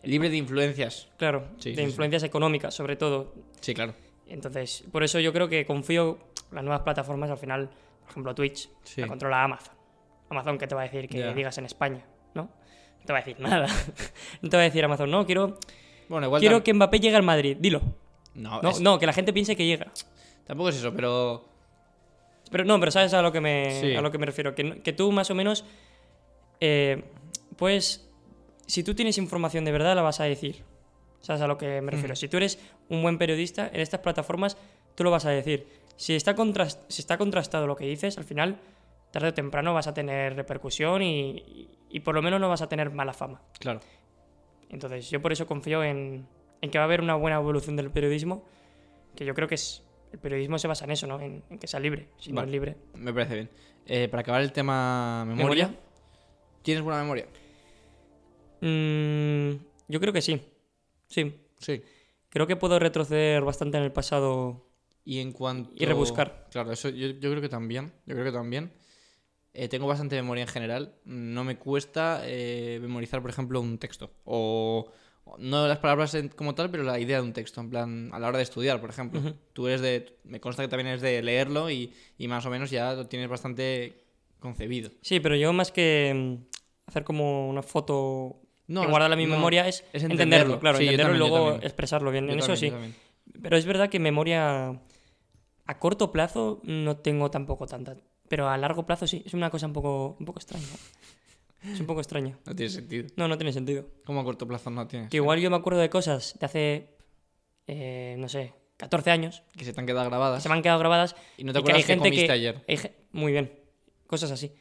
Speaker 1: sí. Libre de influencias.
Speaker 2: claro,
Speaker 1: Sí, sí,
Speaker 2: de
Speaker 1: sí.
Speaker 2: influencias económicas, sobre todo.
Speaker 1: Sí, claro.
Speaker 2: Entonces, por eso yo creo que confío las nuevas plataformas al final, por ejemplo, Twitch,
Speaker 1: Sí.
Speaker 2: la controla Amazon. Amazon, ¿qué te va a decir que
Speaker 1: Ya.
Speaker 2: digas en España? ¿No? No te va a decir nada. no te va a decir Amazon, no, quiero,
Speaker 1: Bueno, igual.
Speaker 2: quiero
Speaker 1: tam-
Speaker 2: que Mbappé llegue al Madrid, dilo.
Speaker 1: No,
Speaker 2: No,
Speaker 1: es-
Speaker 2: no, que la gente piense que llega.
Speaker 1: tampoco es eso, pero.
Speaker 2: Pero no, pero sabes a lo que me,
Speaker 1: Sí.
Speaker 2: a lo que me refiero. Que, no- que tú más o menos, eh, pues, si tú tienes información de verdad, la vas a decir. ¿Sabes a lo que me
Speaker 1: Mm.
Speaker 2: refiero? Si tú eres un buen periodista, en estas plataformas tú lo vas a decir. Si está, contras- si está contrastado lo que dices, al final, tarde o temprano vas a tener repercusión y, y- y por lo menos no vas a tener mala fama.
Speaker 1: Claro.
Speaker 2: Entonces, yo por eso confío en, en que va a haber una buena evolución del periodismo, que yo creo que es... El periodismo se basa en eso, ¿no? En, en que sea libre. Si no
Speaker 1: Vale.
Speaker 2: es libre,
Speaker 1: Me parece bien. Eh, para acabar el tema memoria,
Speaker 2: ¿Memoria?
Speaker 1: ¿Tienes buena memoria?
Speaker 2: Mm, yo creo que sí. Sí.
Speaker 1: Sí.
Speaker 2: Creo que puedo retroceder bastante en el pasado.
Speaker 1: Y en cuanto.
Speaker 2: Y rebuscar.
Speaker 1: Claro, eso yo, yo creo que también. Yo creo que también. Eh, tengo bastante memoria en general. No me cuesta eh, memorizar, por ejemplo, un texto. O. No las palabras en- como tal, pero la idea de un texto. En plan, a la hora de estudiar, por ejemplo.
Speaker 2: Ujú.
Speaker 1: Tú eres de. Me consta que también eres de leerlo y, y más o menos ya lo tienes bastante concebido.
Speaker 2: Sí, pero yo más que mm, hacer como una foto
Speaker 1: No,
Speaker 2: que
Speaker 1: no,
Speaker 2: guardarla en mi
Speaker 1: no,
Speaker 2: memoria es,
Speaker 1: es
Speaker 2: entenderlo,
Speaker 1: entenderlo.
Speaker 2: claro,
Speaker 1: Sí, yo
Speaker 2: entenderlo
Speaker 1: también, yo
Speaker 2: y luego
Speaker 1: también.
Speaker 2: expresarlo bien.
Speaker 1: yo
Speaker 2: en eso
Speaker 1: también,
Speaker 2: sí.
Speaker 1: yo también.
Speaker 2: Pero es verdad que memoria a corto plazo no tengo tampoco tanta. Pero a largo plazo sí. Es una cosa un poco, un poco extraña. Es un poco extraña.
Speaker 1: No tiene sentido.
Speaker 2: No, no tiene sentido.
Speaker 1: ¿Cómo a corto plazo no tienes?
Speaker 2: Que igual yo me acuerdo de cosas de hace, eh, no sé, 14 años
Speaker 1: Que se te han quedado
Speaker 2: que
Speaker 1: grabadas.
Speaker 2: se me han quedado grabadas
Speaker 1: Y no te
Speaker 2: y que hay
Speaker 1: acuerdas que
Speaker 2: gente que-
Speaker 1: comiste ayer.
Speaker 2: Hay ge- Muy bien, cosas así.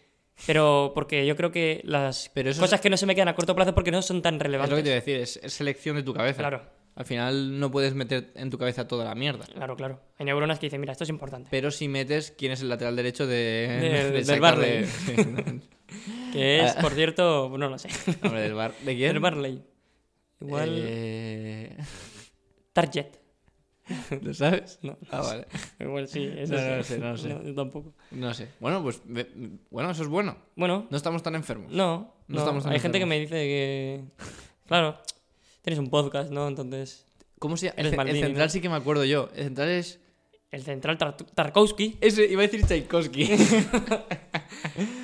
Speaker 2: Pero porque yo creo que las
Speaker 1: Pero eso es-
Speaker 2: cosas que no se me quedan a corto plazo porque no son tan
Speaker 1: Es
Speaker 2: relevantes.
Speaker 1: lo que te iba a decir, es, es selección de tu cabeza.
Speaker 2: Claro,
Speaker 1: Al final no puedes meter en tu cabeza toda la mierda.
Speaker 2: claro, claro. Hay neuronas que dicen, mira, esto es importante.
Speaker 1: Pero si metes quién es el lateral derecho de,
Speaker 2: del
Speaker 1: sacar
Speaker 2: Barley.
Speaker 1: de-
Speaker 2: Que es, por cierto, no lo sé.
Speaker 1: Hombre, del bar. ¿De quién?
Speaker 2: El Barley. Igual.
Speaker 1: Eh,
Speaker 2: Target.
Speaker 1: ¿Lo sabes?
Speaker 2: No.
Speaker 1: Ah, vale.
Speaker 2: Igual sí, eso
Speaker 1: No,
Speaker 2: sí.
Speaker 1: no lo sé, no lo sé.
Speaker 2: yo tampoco.
Speaker 1: No sé. Bueno, pues ve- bueno, eso es bueno.
Speaker 2: Bueno,
Speaker 1: No estamos tan enfermos.
Speaker 2: no.
Speaker 1: No
Speaker 2: no.
Speaker 1: estamos tan
Speaker 2: Hay gente que
Speaker 1: enfermos.
Speaker 2: me dice que. Claro, tienes un podcast, ¿no? Entonces.
Speaker 1: ¿Cómo se llama? El,
Speaker 2: Eres
Speaker 1: ce- el
Speaker 2: Maldini,
Speaker 1: central
Speaker 2: ¿no?
Speaker 1: sí que me acuerdo yo. El central es.
Speaker 2: El central Tar- Tarkowski.
Speaker 1: Ese, iba a decir Tchaikovsky.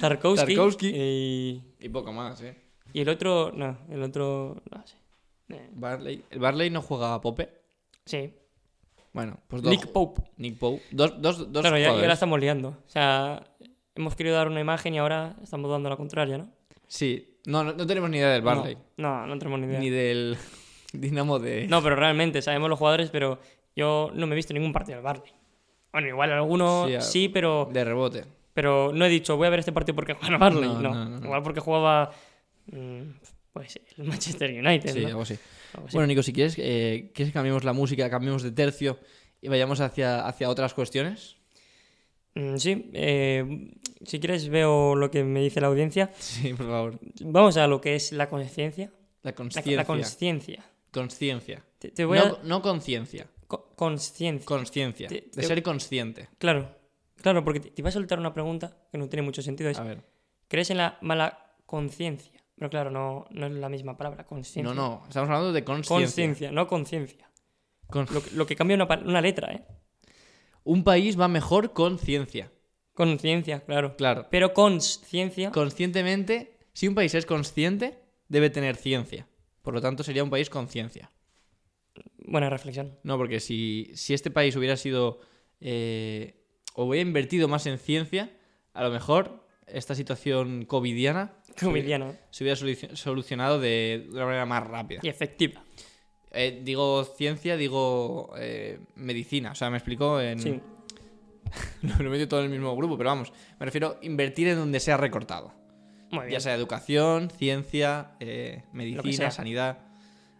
Speaker 2: Tarkowski.
Speaker 1: Tarkowski.
Speaker 2: Y.
Speaker 1: y poco más, ¿eh?
Speaker 2: Y el otro, no, el otro, no sé. Eh,
Speaker 1: Barley. El Barley no juega a Pope.
Speaker 2: Sí,
Speaker 1: Bueno, pues dos.
Speaker 2: Nick Pope.
Speaker 1: Nick Poe. Dos, dos, dos
Speaker 2: claro, ya, ya
Speaker 1: jugadores.
Speaker 2: la estamos liando. O sea, hemos querido dar una imagen y ahora estamos dando la contraria, ¿no?
Speaker 1: Sí. No, no, no tenemos ni idea del Barley.
Speaker 2: No, no, no tenemos ni idea.
Speaker 1: Ni del Dinamo de.
Speaker 2: No, pero realmente sabemos los jugadores, pero yo no me he visto ningún partido del Barley. Bueno, igual alguno
Speaker 1: Sí,
Speaker 2: sí,
Speaker 1: a-
Speaker 2: pero,
Speaker 1: De rebote.
Speaker 2: pero no he dicho, voy a ver este partido porque juega el Barley.
Speaker 1: No,
Speaker 2: No,
Speaker 1: no, no, no.
Speaker 2: igual porque jugaba mm, pues el Manchester United.
Speaker 1: Sí,
Speaker 2: ¿no? Pues
Speaker 1: algo así.
Speaker 2: Algo así.
Speaker 1: Bueno, Nico, si quieres, eh, ¿quieres que cambiemos la música, cambiemos de tercio y vayamos hacia, hacia otras cuestiones?
Speaker 2: Mm, Sí, eh, si quieres veo lo que me dice la audiencia.
Speaker 1: Sí, por favor.
Speaker 2: Vamos a lo que es la conciencia.
Speaker 1: La
Speaker 2: La-
Speaker 1: conciencia.
Speaker 2: La conciencia.
Speaker 1: Consciencia.
Speaker 2: Te, te voy
Speaker 1: No,
Speaker 2: a...
Speaker 1: no conciencia.
Speaker 2: co- Conciencia.
Speaker 1: Consciencia.
Speaker 2: Te-
Speaker 1: De
Speaker 2: te-
Speaker 1: ser consciente.
Speaker 2: Claro, claro, porque te, te iba a soltar una pregunta que no tiene mucho sentido. Es,
Speaker 1: A ver.
Speaker 2: ¿Crees en la mala conciencia? Pero claro, no, no es la misma palabra, conciencia.
Speaker 1: No, no. Estamos hablando de consciencia.
Speaker 2: Conciencia, no conciencia.
Speaker 1: Con-
Speaker 2: Lo, que- lo que cambia una, pa- una letra, ¿eh?
Speaker 1: Un país va mejor con ciencia.
Speaker 2: Conciencia, claro.
Speaker 1: Claro.
Speaker 2: Pero conciencia.
Speaker 1: Conscientemente, si un país es consciente, debe tener ciencia. Por lo tanto, sería un país con ciencia.
Speaker 2: Buena reflexión.
Speaker 1: No, porque si, si este país hubiera sido eh, o hubiera invertido más en ciencia, a lo mejor esta situación covidiana se hubiera-
Speaker 2: Covidiana.
Speaker 1: se hubiera soluci- solucionado de, de una manera más rápida.
Speaker 2: Y efectiva.
Speaker 1: Eh, digo ciencia, digo eh, medicina. O sea, me explico en...
Speaker 2: Sí.
Speaker 1: Lo he metido todo en el mismo grupo, pero vamos, me refiero a invertir en donde sea recortado.
Speaker 2: Muy bien.
Speaker 1: Ya sea educación, ciencia, eh, medicina,
Speaker 2: sea.
Speaker 1: sanidad.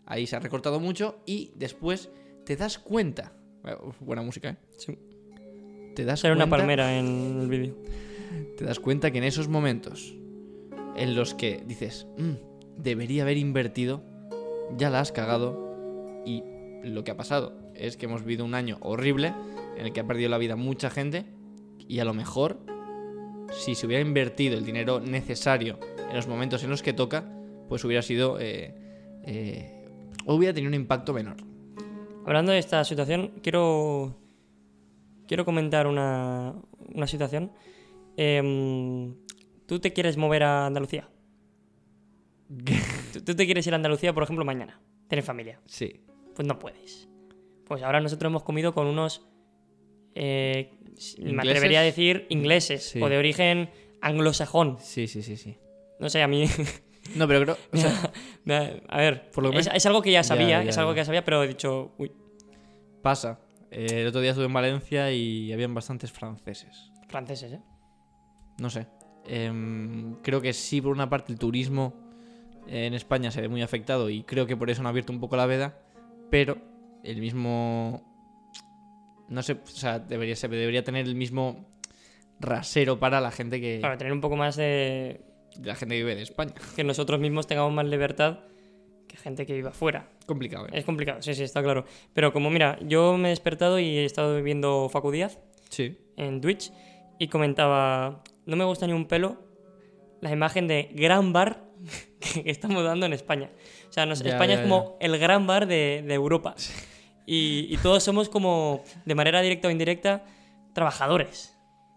Speaker 1: Ahí se ha recortado mucho y después te das cuenta. Uf, Buena música, ¿eh?
Speaker 2: Sí.
Speaker 1: Te das,
Speaker 2: Será una
Speaker 1: cuenta-
Speaker 2: palmera en el vídeo.
Speaker 1: te das cuenta que en esos momentos en los que dices, "Mm, debería haber invertido, ya la has cagado y lo que ha pasado es que hemos vivido un año horrible en el que ha perdido la vida mucha gente y a lo mejor si se hubiera invertido el dinero necesario en los momentos en los que toca, pues hubiera sido... eh, eh, hubiera tenido un impacto menor.
Speaker 2: Hablando de esta situación, quiero. Quiero comentar una, una situación. Em, Tú te quieres mover a Andalucía. Tú, tú te quieres ir a Andalucía, por ejemplo, mañana. Tienes familia.
Speaker 1: sí.
Speaker 2: Pues no puedes. Pues ahora nosotros hemos comido con unos. eh, me
Speaker 1: ¿Ingleses?
Speaker 2: atrevería a decir ingleses
Speaker 1: Sí.
Speaker 2: o de origen anglosajón.
Speaker 1: Sí, sí, sí, sí.
Speaker 2: No sé, a mí.
Speaker 1: No, pero creo... o sea,
Speaker 2: me ha- a ver,
Speaker 1: Por lo que
Speaker 2: es,
Speaker 1: ves-
Speaker 2: es algo que ya
Speaker 1: Ya,
Speaker 2: sabía,
Speaker 1: ya,
Speaker 2: es algo
Speaker 1: ya.
Speaker 2: que ya sabía, pero he dicho, uy,
Speaker 1: Pasa. Eh, el otro día estuve en Valencia y habían bastantes franceses.
Speaker 2: franceses, ¿eh?
Speaker 1: No sé. Em, creo que sí, por una parte, el turismo en España se ve muy afectado y creo que por eso han abierto un poco la veda, pero el mismo... No sé, o sea, debería, se debería tener el mismo rasero para la gente que
Speaker 2: Claro, tener un poco más de,
Speaker 1: la gente que vive de España.
Speaker 2: que nosotros mismos tengamos más libertad que gente que viva afuera.
Speaker 1: Complicado, ¿eh?
Speaker 2: Es complicado, sí, sí, está claro. Pero como mira, yo me he despertado y he estado viendo Facu Díaz
Speaker 1: Sí.
Speaker 2: en Twitch y comentaba, no me gusta ni un pelo la imagen de gran bar que estamos dando en España. O sea, nos-
Speaker 1: Ya,
Speaker 2: España
Speaker 1: ya,
Speaker 2: es como el gran bar de, de Europa. Y, y todos somos como, de manera directa o indirecta, trabajadores.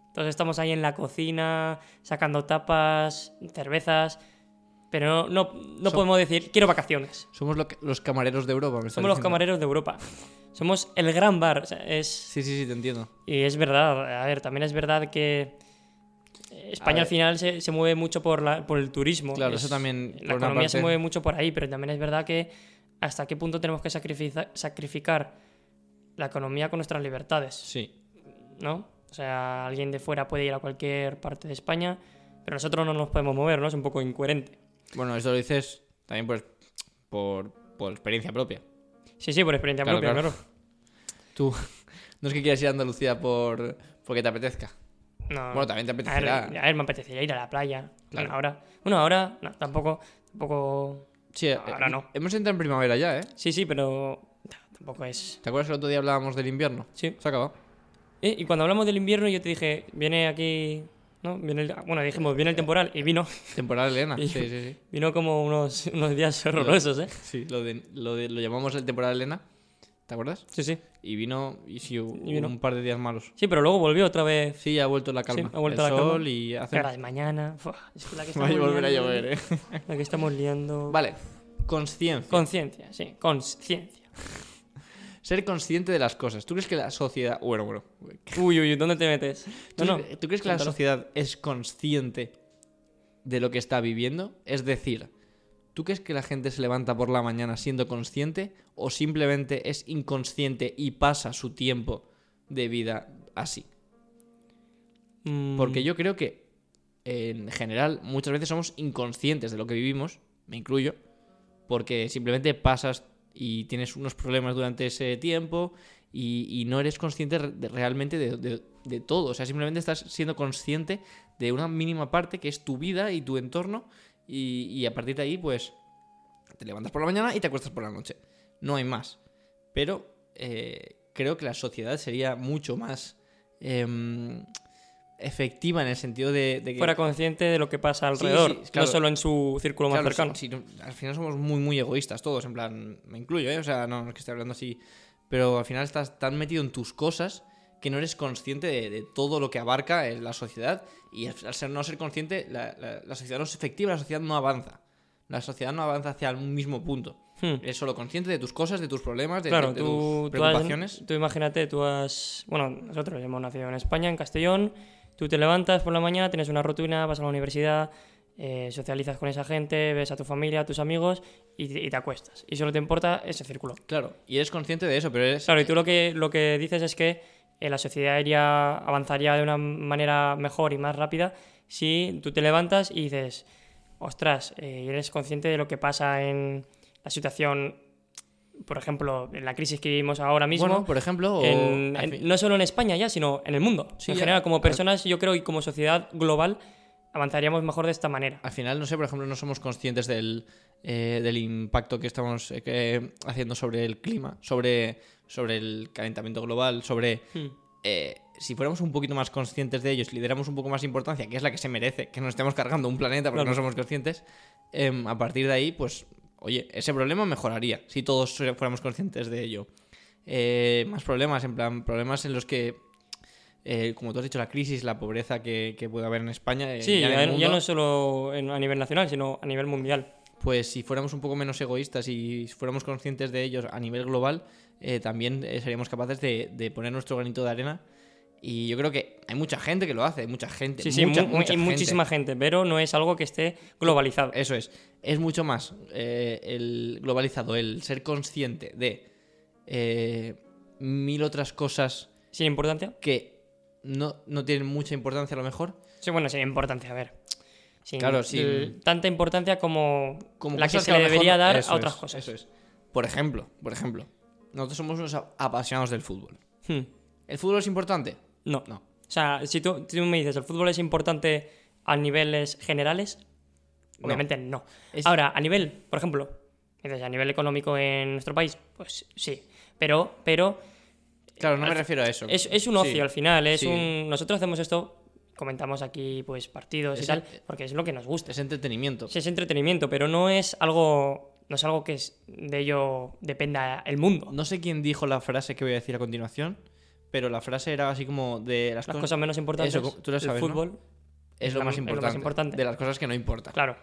Speaker 2: Entonces estamos ahí en la cocina, sacando tapas, cervezas, pero no, no, no
Speaker 1: Som-
Speaker 2: podemos decir, quiero vacaciones.
Speaker 1: Somos lo que- los camareros de Europa, me estás
Speaker 2: Somos los
Speaker 1: diciendo.
Speaker 2: camareros de Europa. Somos el gran bar. o sea, es,
Speaker 1: Sí, sí, sí, te entiendo.
Speaker 2: y es verdad, a ver, también es verdad que España
Speaker 1: ver.
Speaker 2: al final se, se mueve mucho por, la, por el turismo.
Speaker 1: Claro,
Speaker 2: Es-
Speaker 1: eso también,
Speaker 2: La
Speaker 1: por una
Speaker 2: economía se
Speaker 1: parte.
Speaker 2: mueve mucho por ahí, pero también es verdad que hasta qué punto tenemos que sacrifica- sacrificar la economía con nuestras libertades,
Speaker 1: Sí.
Speaker 2: ¿no? O sea, alguien de fuera puede ir a cualquier parte de España, pero nosotros no nos podemos mover, ¿no? Es un poco incoherente.
Speaker 1: Bueno, esto lo dices también por, por, por experiencia propia.
Speaker 2: Sí, sí, por experiencia
Speaker 1: Claro,
Speaker 2: propia,
Speaker 1: claro.
Speaker 2: claro.
Speaker 1: Tú no es que quieras ir a Andalucía por porque te apetezca.
Speaker 2: No,
Speaker 1: Bueno, también te
Speaker 2: Ah. a ver,
Speaker 1: apetecerá.
Speaker 2: a ver, me apetecería ir a la playa.
Speaker 1: Claro.
Speaker 2: Bueno, ahora, bueno, ahora no, tampoco, tampoco...
Speaker 1: Sí, eh,
Speaker 2: ahora no.
Speaker 1: Hemos entrado en primavera ya, ¿eh?
Speaker 2: Sí, sí, pero tampoco es...
Speaker 1: ¿Te acuerdas que el otro día hablábamos del invierno?
Speaker 2: Sí.
Speaker 1: Se ha acabado.
Speaker 2: Eh, y cuando hablamos del invierno, yo te dije, viene aquí. ¿no? Viene el- bueno, dijimos, viene el temporal, y vino.
Speaker 1: Temporada Elena. Sí,
Speaker 2: Y-
Speaker 1: sí, sí.
Speaker 2: Vino como unos, unos días horrorosos, ¿eh?
Speaker 1: Sí, lo, de, lo, de- lo llamamos el temporada Elena. ¿Te acuerdas?
Speaker 2: Sí, sí.
Speaker 1: Y vino, y sí, hubo
Speaker 2: Y vino.
Speaker 1: un par de días malos.
Speaker 2: Sí, pero luego volvió otra vez.
Speaker 1: Sí, ha vuelto la calma.
Speaker 2: ha vuelto
Speaker 1: el
Speaker 2: la
Speaker 1: sol
Speaker 2: calma.
Speaker 1: y hace.
Speaker 2: Ahora de mañana. Fua, es que la que
Speaker 1: Va a
Speaker 2: estamos
Speaker 1: volver a
Speaker 2: liando,
Speaker 1: llover, ¿eh?
Speaker 2: La que estamos liando.
Speaker 1: Vale. Consciencia.
Speaker 2: Conciencia, sí, conciencia.
Speaker 1: Ser consciente de las cosas. ¿Tú crees que la sociedad. Bueno, bueno.
Speaker 2: Uy, uy, uy, ¿dónde te metes?
Speaker 1: ¿Tú,
Speaker 2: No, no.
Speaker 1: tú crees que la
Speaker 2: cuéntalo.
Speaker 1: sociedad es consciente de lo que está viviendo? Es decir, ¿tú crees que la gente se levanta por la mañana siendo consciente o simplemente es inconsciente y pasa su tiempo de vida así?
Speaker 2: Mm,
Speaker 1: Porque yo creo que en general muchas veces somos inconscientes de lo que vivimos, me incluyo, porque simplemente pasas y tienes unos problemas durante ese tiempo y, y no eres consciente re- de- realmente de, de- de todo. O sea, simplemente estás siendo consciente de una mínima parte que es tu vida y tu entorno. Y, y a partir de ahí, pues, te levantas por la mañana y te acuestas por la noche. No hay más. Pero eh, creo que la sociedad sería mucho más em, efectiva en el sentido de, de que...
Speaker 2: Fuera consciente de lo que pasa
Speaker 1: Sí, sí,
Speaker 2: alrededor,
Speaker 1: claro.
Speaker 2: no solo en su círculo más
Speaker 1: Claro,
Speaker 2: cercano.
Speaker 1: si- si no- al final somos muy, muy egoístas todos, en plan, me incluyo, ¿eh? O sea, no, no es que esté hablando así, pero al final estás tan metido en tus cosas que no eres consciente de, de todo lo que abarca eh, la sociedad y al, al ser, no ser consciente, la, la- la sociedad no es efectiva, la sociedad no avanza. La sociedad no avanza hacia un mismo punto.
Speaker 2: Hmm.
Speaker 1: Eres solo consciente de tus cosas, de tus problemas, de,
Speaker 2: Claro,
Speaker 1: de- de
Speaker 2: tú,
Speaker 1: tus
Speaker 2: tú has-
Speaker 1: preocupaciones.
Speaker 2: tú imagínate, tú has. Bueno, nosotros hemos nacido en España, en Castellón. Tú te levantas por la mañana, tienes una rutina, vas a la universidad, eh, socializas con esa gente, ves a tu familia, a tus amigos y, te- y te acuestas. Y solo te importa ese círculo.
Speaker 1: Claro, y eres consciente de eso, pero eres...
Speaker 2: Claro, y tú lo que, lo que dices es que eh, la sociedad iría- avanzaría de una manera mejor y más rápida si tú te levantas y dices, ostras, eh, eres consciente de lo que pasa en la situación, por ejemplo, en la crisis que vivimos ahora mismo.
Speaker 1: Bueno, por ejemplo, o-
Speaker 2: en-
Speaker 1: al
Speaker 2: en-
Speaker 1: fin-
Speaker 2: no solo en España ya, sino en el mundo.
Speaker 1: Sí,
Speaker 2: en
Speaker 1: ya,
Speaker 2: general, como
Speaker 1: al-
Speaker 2: personas, yo creo, y como sociedad global, avanzaríamos mejor de esta manera.
Speaker 1: al final, no sé, por ejemplo, no somos conscientes del, eh, del impacto que estamos eh, que- haciendo sobre el clima, sobre, sobre el calentamiento global, sobre...
Speaker 2: Hmm.
Speaker 1: eh, si fuéramos un poquito más conscientes de ellos, le diéramos un poco más importancia, que es la que se merece, que nos estemos cargando un planeta porque
Speaker 2: Claro.
Speaker 1: no somos conscientes, em, a partir de ahí, pues, oye, ese problema mejoraría si todos se- fuéramos conscientes de ello. Eh, más problemas, en plan, problemas en los que, eh, como tú has dicho, la crisis, la pobreza que, que puede haber en España. eh,
Speaker 2: Sí,
Speaker 1: y en
Speaker 2: ya,
Speaker 1: el
Speaker 2: ya
Speaker 1: mundo
Speaker 2: no solo en- a nivel nacional, sino a nivel mundial.
Speaker 1: pues si fuéramos un poco menos egoístas y fuéramos conscientes de ellos a nivel global, eh, también eh, seríamos capaces de, de poner nuestro granito de arena. Y yo creo que hay mucha gente que lo hace, hay mucha gente.
Speaker 2: Sí, sí,
Speaker 1: mucha,
Speaker 2: mu- mu-
Speaker 1: mucha
Speaker 2: y
Speaker 1: gente. Eh,
Speaker 2: muchísima gente, pero no es algo que esté globalizado.
Speaker 1: Eso es. Es mucho más eh, el globalizado, el ser consciente de eh, mil otras cosas
Speaker 2: ¿Sí, importante?
Speaker 1: que no, no tienen mucha importancia a lo mejor.
Speaker 2: Sí, bueno, sí, importante, a ver. Sin-
Speaker 1: Claro, sin-
Speaker 2: l- Tanta importancia como,
Speaker 1: como
Speaker 2: la que
Speaker 1: cosas
Speaker 2: se
Speaker 1: a lo
Speaker 2: le
Speaker 1: mejor-
Speaker 2: debería dar
Speaker 1: Eso
Speaker 2: a otras
Speaker 1: es,
Speaker 2: cosas.
Speaker 1: Eso es. Por ejemplo, por ejemplo, nosotros somos unos a- apasionados del fútbol.
Speaker 2: Hmm,
Speaker 1: ¿El fútbol es importante?
Speaker 2: No.
Speaker 1: No.
Speaker 2: O sea, si tú, tú me dices, ¿el fútbol es importante a niveles generales?
Speaker 1: No.
Speaker 2: Obviamente no.
Speaker 1: Es-
Speaker 2: Ahora, a nivel, por ejemplo, dices, a nivel económico en nuestro país, pues sí. Pero, pero
Speaker 1: Claro, no me
Speaker 2: Al-
Speaker 1: refiero a eso.
Speaker 2: Es, es un ocio
Speaker 1: Sí.
Speaker 2: al final, es
Speaker 1: sí.
Speaker 2: un... Nosotros hacemos esto, comentamos aquí pues partidos y
Speaker 1: Es-
Speaker 2: tal, porque es lo que nos gusta.
Speaker 1: Es entretenimiento.
Speaker 2: Sí, Es, entretenimiento, pero no es algo... No es algo que es- de ello dependa el mundo.
Speaker 1: No sé quién dijo la frase que voy a decir a continuación, pero la frase era así como de las,
Speaker 2: Las
Speaker 1: cosas,
Speaker 2: cosas menos importantes,
Speaker 1: Eso, tú lo sabes,
Speaker 2: el
Speaker 1: ¿no?
Speaker 2: fútbol,
Speaker 1: es lo,
Speaker 2: la-
Speaker 1: más
Speaker 2: es lo más
Speaker 1: importante,
Speaker 2: importante.
Speaker 1: De las cosas que no importan.
Speaker 2: claro.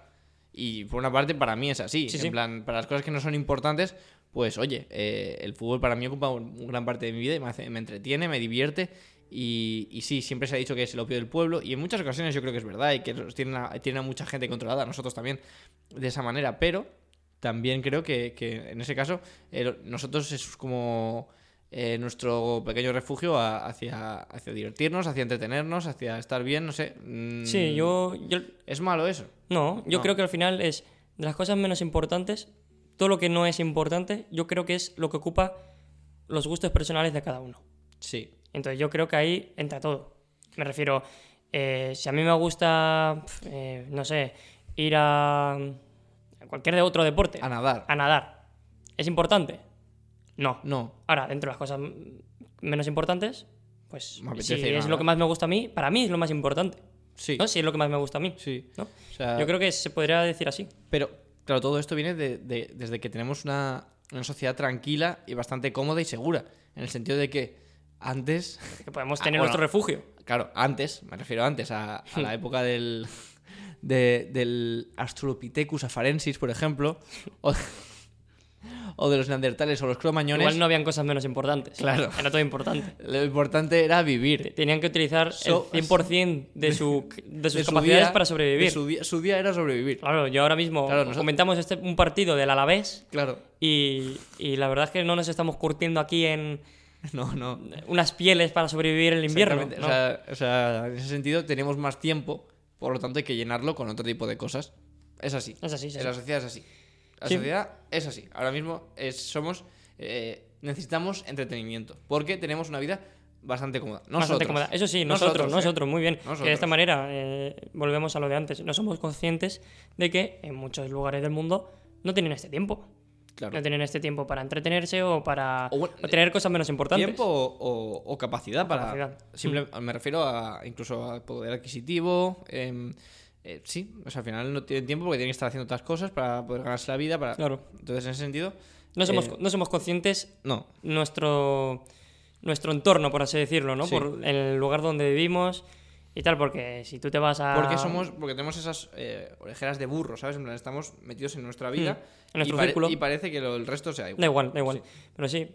Speaker 1: Y por una parte, para mí es así.
Speaker 2: Sí,
Speaker 1: en
Speaker 2: sí.
Speaker 1: plan, para las cosas que no son importantes, pues oye, eh, el fútbol para mí ocupa un- un gran parte de mi vida y me, hace- me entretiene, me divierte. Y, y sí, siempre se ha dicho que es el opio del pueblo. Y en muchas ocasiones yo creo que es verdad y que los tienen a, tienen a mucha gente controlada, a nosotros también, de esa manera. Pero también creo que, que en ese caso, eh, lo- nosotros es como. eh, nuestro pequeño refugio a- hacia, hacia divertirnos, hacia entretenernos, hacia estar bien, no sé. mm,
Speaker 2: Sí, yo, yo...
Speaker 1: Es malo eso.
Speaker 2: No, yo
Speaker 1: No.
Speaker 2: creo que al final es de las cosas menos importantes, todo lo que no es importante, yo creo que es lo que ocupa los gustos personales de cada uno.
Speaker 1: Sí.
Speaker 2: Entonces yo creo que ahí entra todo. Me refiero, eh, si a mí me gusta, pf, eh, no sé, ir a a cualquier de otro deporte,
Speaker 1: A nadar.
Speaker 2: a nadar, ¿es importante? No.
Speaker 1: No,
Speaker 2: Ahora, dentro de las cosas mm, menos importantes, pues
Speaker 1: Me
Speaker 2: si
Speaker 1: apetece ir a
Speaker 2: es lo
Speaker 1: nadar.
Speaker 2: que más me gusta a mí, para mí es lo más importante.
Speaker 1: Sí.
Speaker 2: ¿no? Si es lo que más me gusta a mí.
Speaker 1: Sí.
Speaker 2: ¿no?
Speaker 1: O sea,
Speaker 2: Yo creo que se podría decir así.
Speaker 1: Pero, claro, todo esto viene de- de- desde que tenemos una, una sociedad tranquila y bastante cómoda y segura. En el sentido de que antes,
Speaker 2: Que podemos
Speaker 1: Ah,
Speaker 2: tener
Speaker 1: bueno.
Speaker 2: nuestro refugio.
Speaker 1: claro, antes, me refiero a antes, a, a la época del, de- del Australopithecus afarensis, por ejemplo, o, o de los neandertales o los cromañones,
Speaker 2: Igual no habían cosas menos importantes.
Speaker 1: Claro.
Speaker 2: Era todo importante.
Speaker 1: lo importante era vivir.
Speaker 2: Tenían que utilizar
Speaker 1: So-
Speaker 2: el 100% de, su, de sus
Speaker 1: De su
Speaker 2: capacidades
Speaker 1: día-
Speaker 2: para
Speaker 1: de
Speaker 2: sobrevivir.
Speaker 1: Su día, su día era sobrevivir.
Speaker 2: Claro, yo ahora mismo
Speaker 1: Claro, nosotros-
Speaker 2: comentamos este, un partido del Alavés
Speaker 1: Claro.
Speaker 2: y, y la verdad es que no nos estamos curtiendo aquí en
Speaker 1: No, no.
Speaker 2: unas pieles para sobrevivir el invierno.
Speaker 1: Exactamente.
Speaker 2: ¿no?
Speaker 1: O, sea, o sea, en ese sentido tenemos más tiempo, por lo tanto hay que llenarlo con otro tipo de cosas. Es así.
Speaker 2: Es así, es
Speaker 1: La
Speaker 2: así.
Speaker 1: sociedad es así. La
Speaker 2: Sí.
Speaker 1: sociedad es así. Ahora mismo es- somos eh, necesitamos entretenimiento porque tenemos una vida Bastante cómoda.
Speaker 2: Bastante
Speaker 1: Nosotros.
Speaker 2: cómoda. Eso sí, nosotros, nosotros,
Speaker 1: Nosotros, eh.
Speaker 2: muy bien. Que de
Speaker 1: Nosotros.
Speaker 2: esta manera, eh, volvemos a lo de antes, no somos conscientes de que en muchos lugares del mundo no tienen este tiempo.
Speaker 1: Claro.
Speaker 2: No tienen este tiempo para entretenerse o para
Speaker 1: O bueno,
Speaker 2: o tener cosas menos importantes.
Speaker 1: Tiempo o, o capacidad para.
Speaker 2: capacidad. Mm.
Speaker 1: simple- me refiero a incluso a poder adquisitivo. em, eh, sí, o sea, al final no tienen tiempo porque tienen que estar haciendo otras cosas para poder ganarse la vida. Para...
Speaker 2: Claro.
Speaker 1: Entonces, en ese sentido,
Speaker 2: No somos,
Speaker 1: Eh,
Speaker 2: no somos conscientes
Speaker 1: no.
Speaker 2: nuestro, nuestro entorno, por así decirlo, ¿no?
Speaker 1: Sí.
Speaker 2: Por el lugar donde vivimos y tal, porque si tú te vas a...
Speaker 1: Porque somos, porque tenemos esas eh, orejeras de burro, ¿sabes? En plan, estamos metidos en nuestra vida.
Speaker 2: Hmm. en nuestro
Speaker 1: y pare-
Speaker 2: círculo.
Speaker 1: Y parece que lo- el resto sea
Speaker 2: Da
Speaker 1: igual.
Speaker 2: igual, da igual. Pero sí.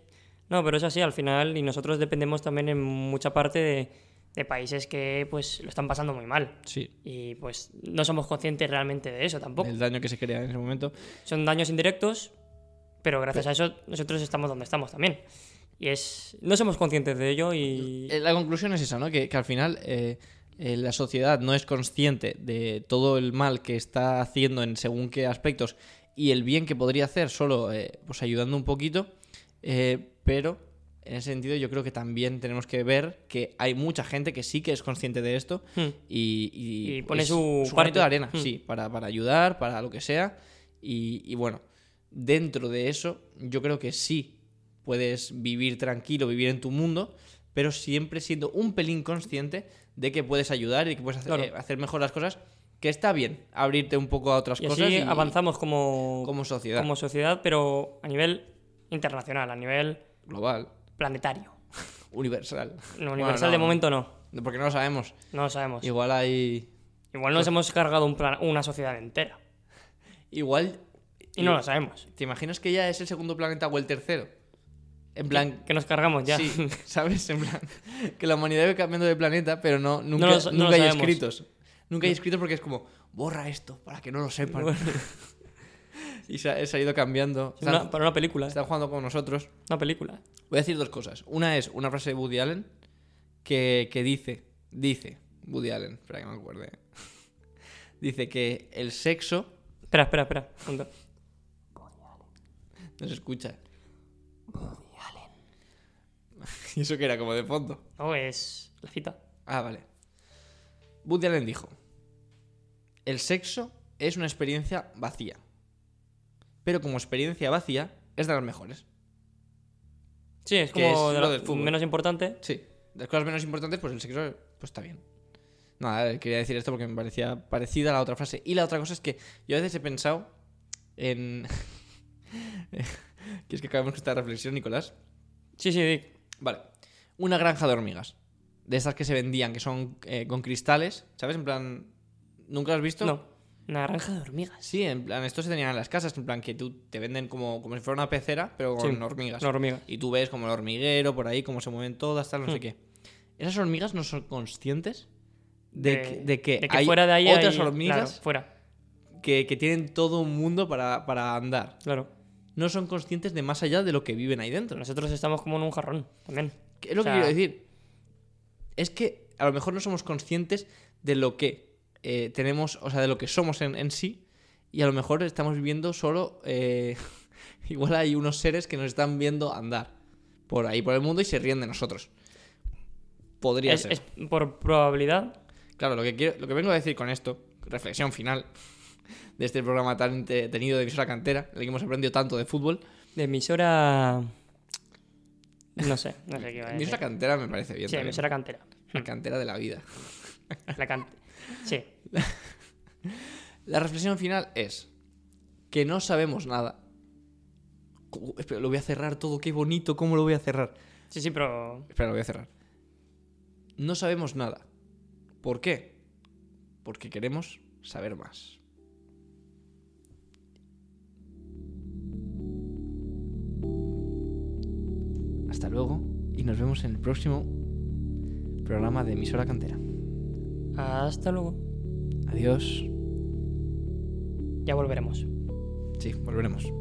Speaker 2: No, pero es así al final y nosotros dependemos también en mucha parte de, de países que pues lo están pasando muy mal.
Speaker 1: Sí.
Speaker 2: Y pues no somos conscientes realmente de eso tampoco.
Speaker 1: El daño que se crea en ese momento.
Speaker 2: Son daños indirectos, pero gracias a eso nosotros estamos donde estamos también. Y es... No somos conscientes de ello y...
Speaker 1: Eh, La conclusión es esa, ¿no? Que, que al final eh, eh, la sociedad no es consciente de todo el mal que está haciendo en según qué aspectos y el bien que podría hacer solo eh, pues ayudando un poquito. eh, pero en ese sentido yo creo que también tenemos que ver que hay mucha gente que sí que es consciente de esto
Speaker 2: Hmm.
Speaker 1: y, y
Speaker 2: Y pone
Speaker 1: es
Speaker 2: su
Speaker 1: granito
Speaker 2: parte.
Speaker 1: de arena,
Speaker 2: Mm.
Speaker 1: sí, para, para ayudar, para lo que sea. Y, y bueno, dentro de eso, yo creo que sí puedes vivir tranquilo, vivir en tu mundo, pero siempre siendo un pelín consciente de que puedes ayudar y de que puedes hacer,
Speaker 2: Claro.
Speaker 1: eh, hacer mejor las cosas, que está bien abrirte un poco a otras
Speaker 2: Y
Speaker 1: cosas
Speaker 2: así
Speaker 1: y-
Speaker 2: avanzamos como,
Speaker 1: como sociedad
Speaker 2: como sociedad, pero a nivel internacional, a nivel
Speaker 1: global,
Speaker 2: planetario.
Speaker 1: universal.
Speaker 2: Lo
Speaker 1: Bueno,
Speaker 2: universal de
Speaker 1: no,
Speaker 2: momento no,
Speaker 1: Porque no lo sabemos.
Speaker 2: no lo sabemos.
Speaker 1: Igual hay...
Speaker 2: Igual nos hemos cargado un plan- una sociedad entera.
Speaker 1: Igual...
Speaker 2: Y no lo sabemos.
Speaker 1: ¿Te imaginas que ya es el segundo planeta o el tercero? En plan,
Speaker 2: Que nos cargamos ya.
Speaker 1: Sí, ¿sabes? En plan, que la humanidad va cambiando de planeta, pero no, nunca,
Speaker 2: lo sa- no
Speaker 1: nunca
Speaker 2: lo
Speaker 1: hay
Speaker 2: sabemos.
Speaker 1: escritos. Nunca hay escritos porque es como, borra esto para que no lo sepan. y se ha, se ha ido cambiando.
Speaker 2: Es
Speaker 1: Están,
Speaker 2: una- para una película. ¿eh?
Speaker 1: están jugando con nosotros.
Speaker 2: Una película.
Speaker 1: Voy a decir dos cosas. Una es una frase de Woody Allen que, que dice, dice, Woody Allen, espera que me acuerde. Dice que el sexo...
Speaker 2: Espera, espera, espera. Un, dos.
Speaker 1: No se escucha. Woody Allen. Y eso que era como de fondo.
Speaker 2: No, es la cita.
Speaker 1: Ah, vale. Woody Allen dijo: El sexo es una experiencia vacía. Pero como experiencia vacía, es de las mejores.
Speaker 2: Sí, es
Speaker 1: Que
Speaker 2: como
Speaker 1: es
Speaker 2: de
Speaker 1: lo
Speaker 2: la-
Speaker 1: del fútbol.
Speaker 2: menos importante.
Speaker 1: Sí. De las cosas menos importantes, pues el sexo pues está bien. Nada, eh, quería decir esto porque me parecía parecida a la otra frase. Y la otra cosa es que yo a veces he pensado en. ¿Quieres que acabemos con esta reflexión, Nicolás?
Speaker 2: Sí, sí, Dick.
Speaker 1: Vale. Una granja de hormigas. De esas que se vendían, que son eh, con cristales, ¿sabes? En plan. ¿Nunca has visto?
Speaker 2: No. Una granja de hormigas.
Speaker 1: Sí, en plan, esto se tenía en las casas, en plan que tú te venden como, como si fuera una pecera, pero con
Speaker 2: Sí,
Speaker 1: hormigas.
Speaker 2: Una hormiga.
Speaker 1: Y tú ves como el hormiguero por ahí, cómo se mueven todas, tal, no sé
Speaker 2: Hmm.
Speaker 1: qué. ¿Esas hormigas no son conscientes de,
Speaker 2: De-
Speaker 1: que, de que
Speaker 2: De que
Speaker 1: hay
Speaker 2: fuera de ahí.
Speaker 1: otras
Speaker 2: hay-
Speaker 1: hormigas
Speaker 2: Claro, fuera.
Speaker 1: que, que tienen todo un mundo para, para andar?
Speaker 2: Claro.
Speaker 1: No son conscientes de más allá de lo que viven ahí dentro.
Speaker 2: Nosotros estamos como en un jarrón también.
Speaker 1: ¿Qué es lo
Speaker 2: O sea-
Speaker 1: que quiero decir? Es que a lo mejor no somos conscientes de lo que eh, tenemos, o sea, de lo que somos en, en sí, y a lo mejor estamos viviendo solo. eh, igual hay unos seres que nos están viendo andar por ahí, por el mundo, y se ríen de nosotros. Podría
Speaker 2: Es,
Speaker 1: ser.
Speaker 2: es por probabilidad.
Speaker 1: Claro, lo que, quiero, lo que vengo a decir con esto, reflexión final de este programa tan entretenido de Visora Cantera, en el que hemos aprendido tanto de fútbol.
Speaker 2: De emisora. No sé. No sé qué iba a
Speaker 1: Visora
Speaker 2: decir.
Speaker 1: Cantera me parece bien.
Speaker 2: Sí,
Speaker 1: también.
Speaker 2: emisora cantera.
Speaker 1: La cantera de la vida.
Speaker 2: La can- Sí.
Speaker 1: La reflexión final es que no sabemos nada. Cu- Espera, lo voy a cerrar todo, qué bonito, cómo lo voy a cerrar.
Speaker 2: Sí, sí, pero.
Speaker 1: Espera, lo voy a cerrar. No sabemos nada. ¿Por qué? Porque queremos saber más. Hasta luego y nos vemos en el próximo programa de Emisora Cantera.
Speaker 2: Hasta luego.
Speaker 1: Adiós.
Speaker 2: Ya volveremos.
Speaker 1: Sí, volveremos.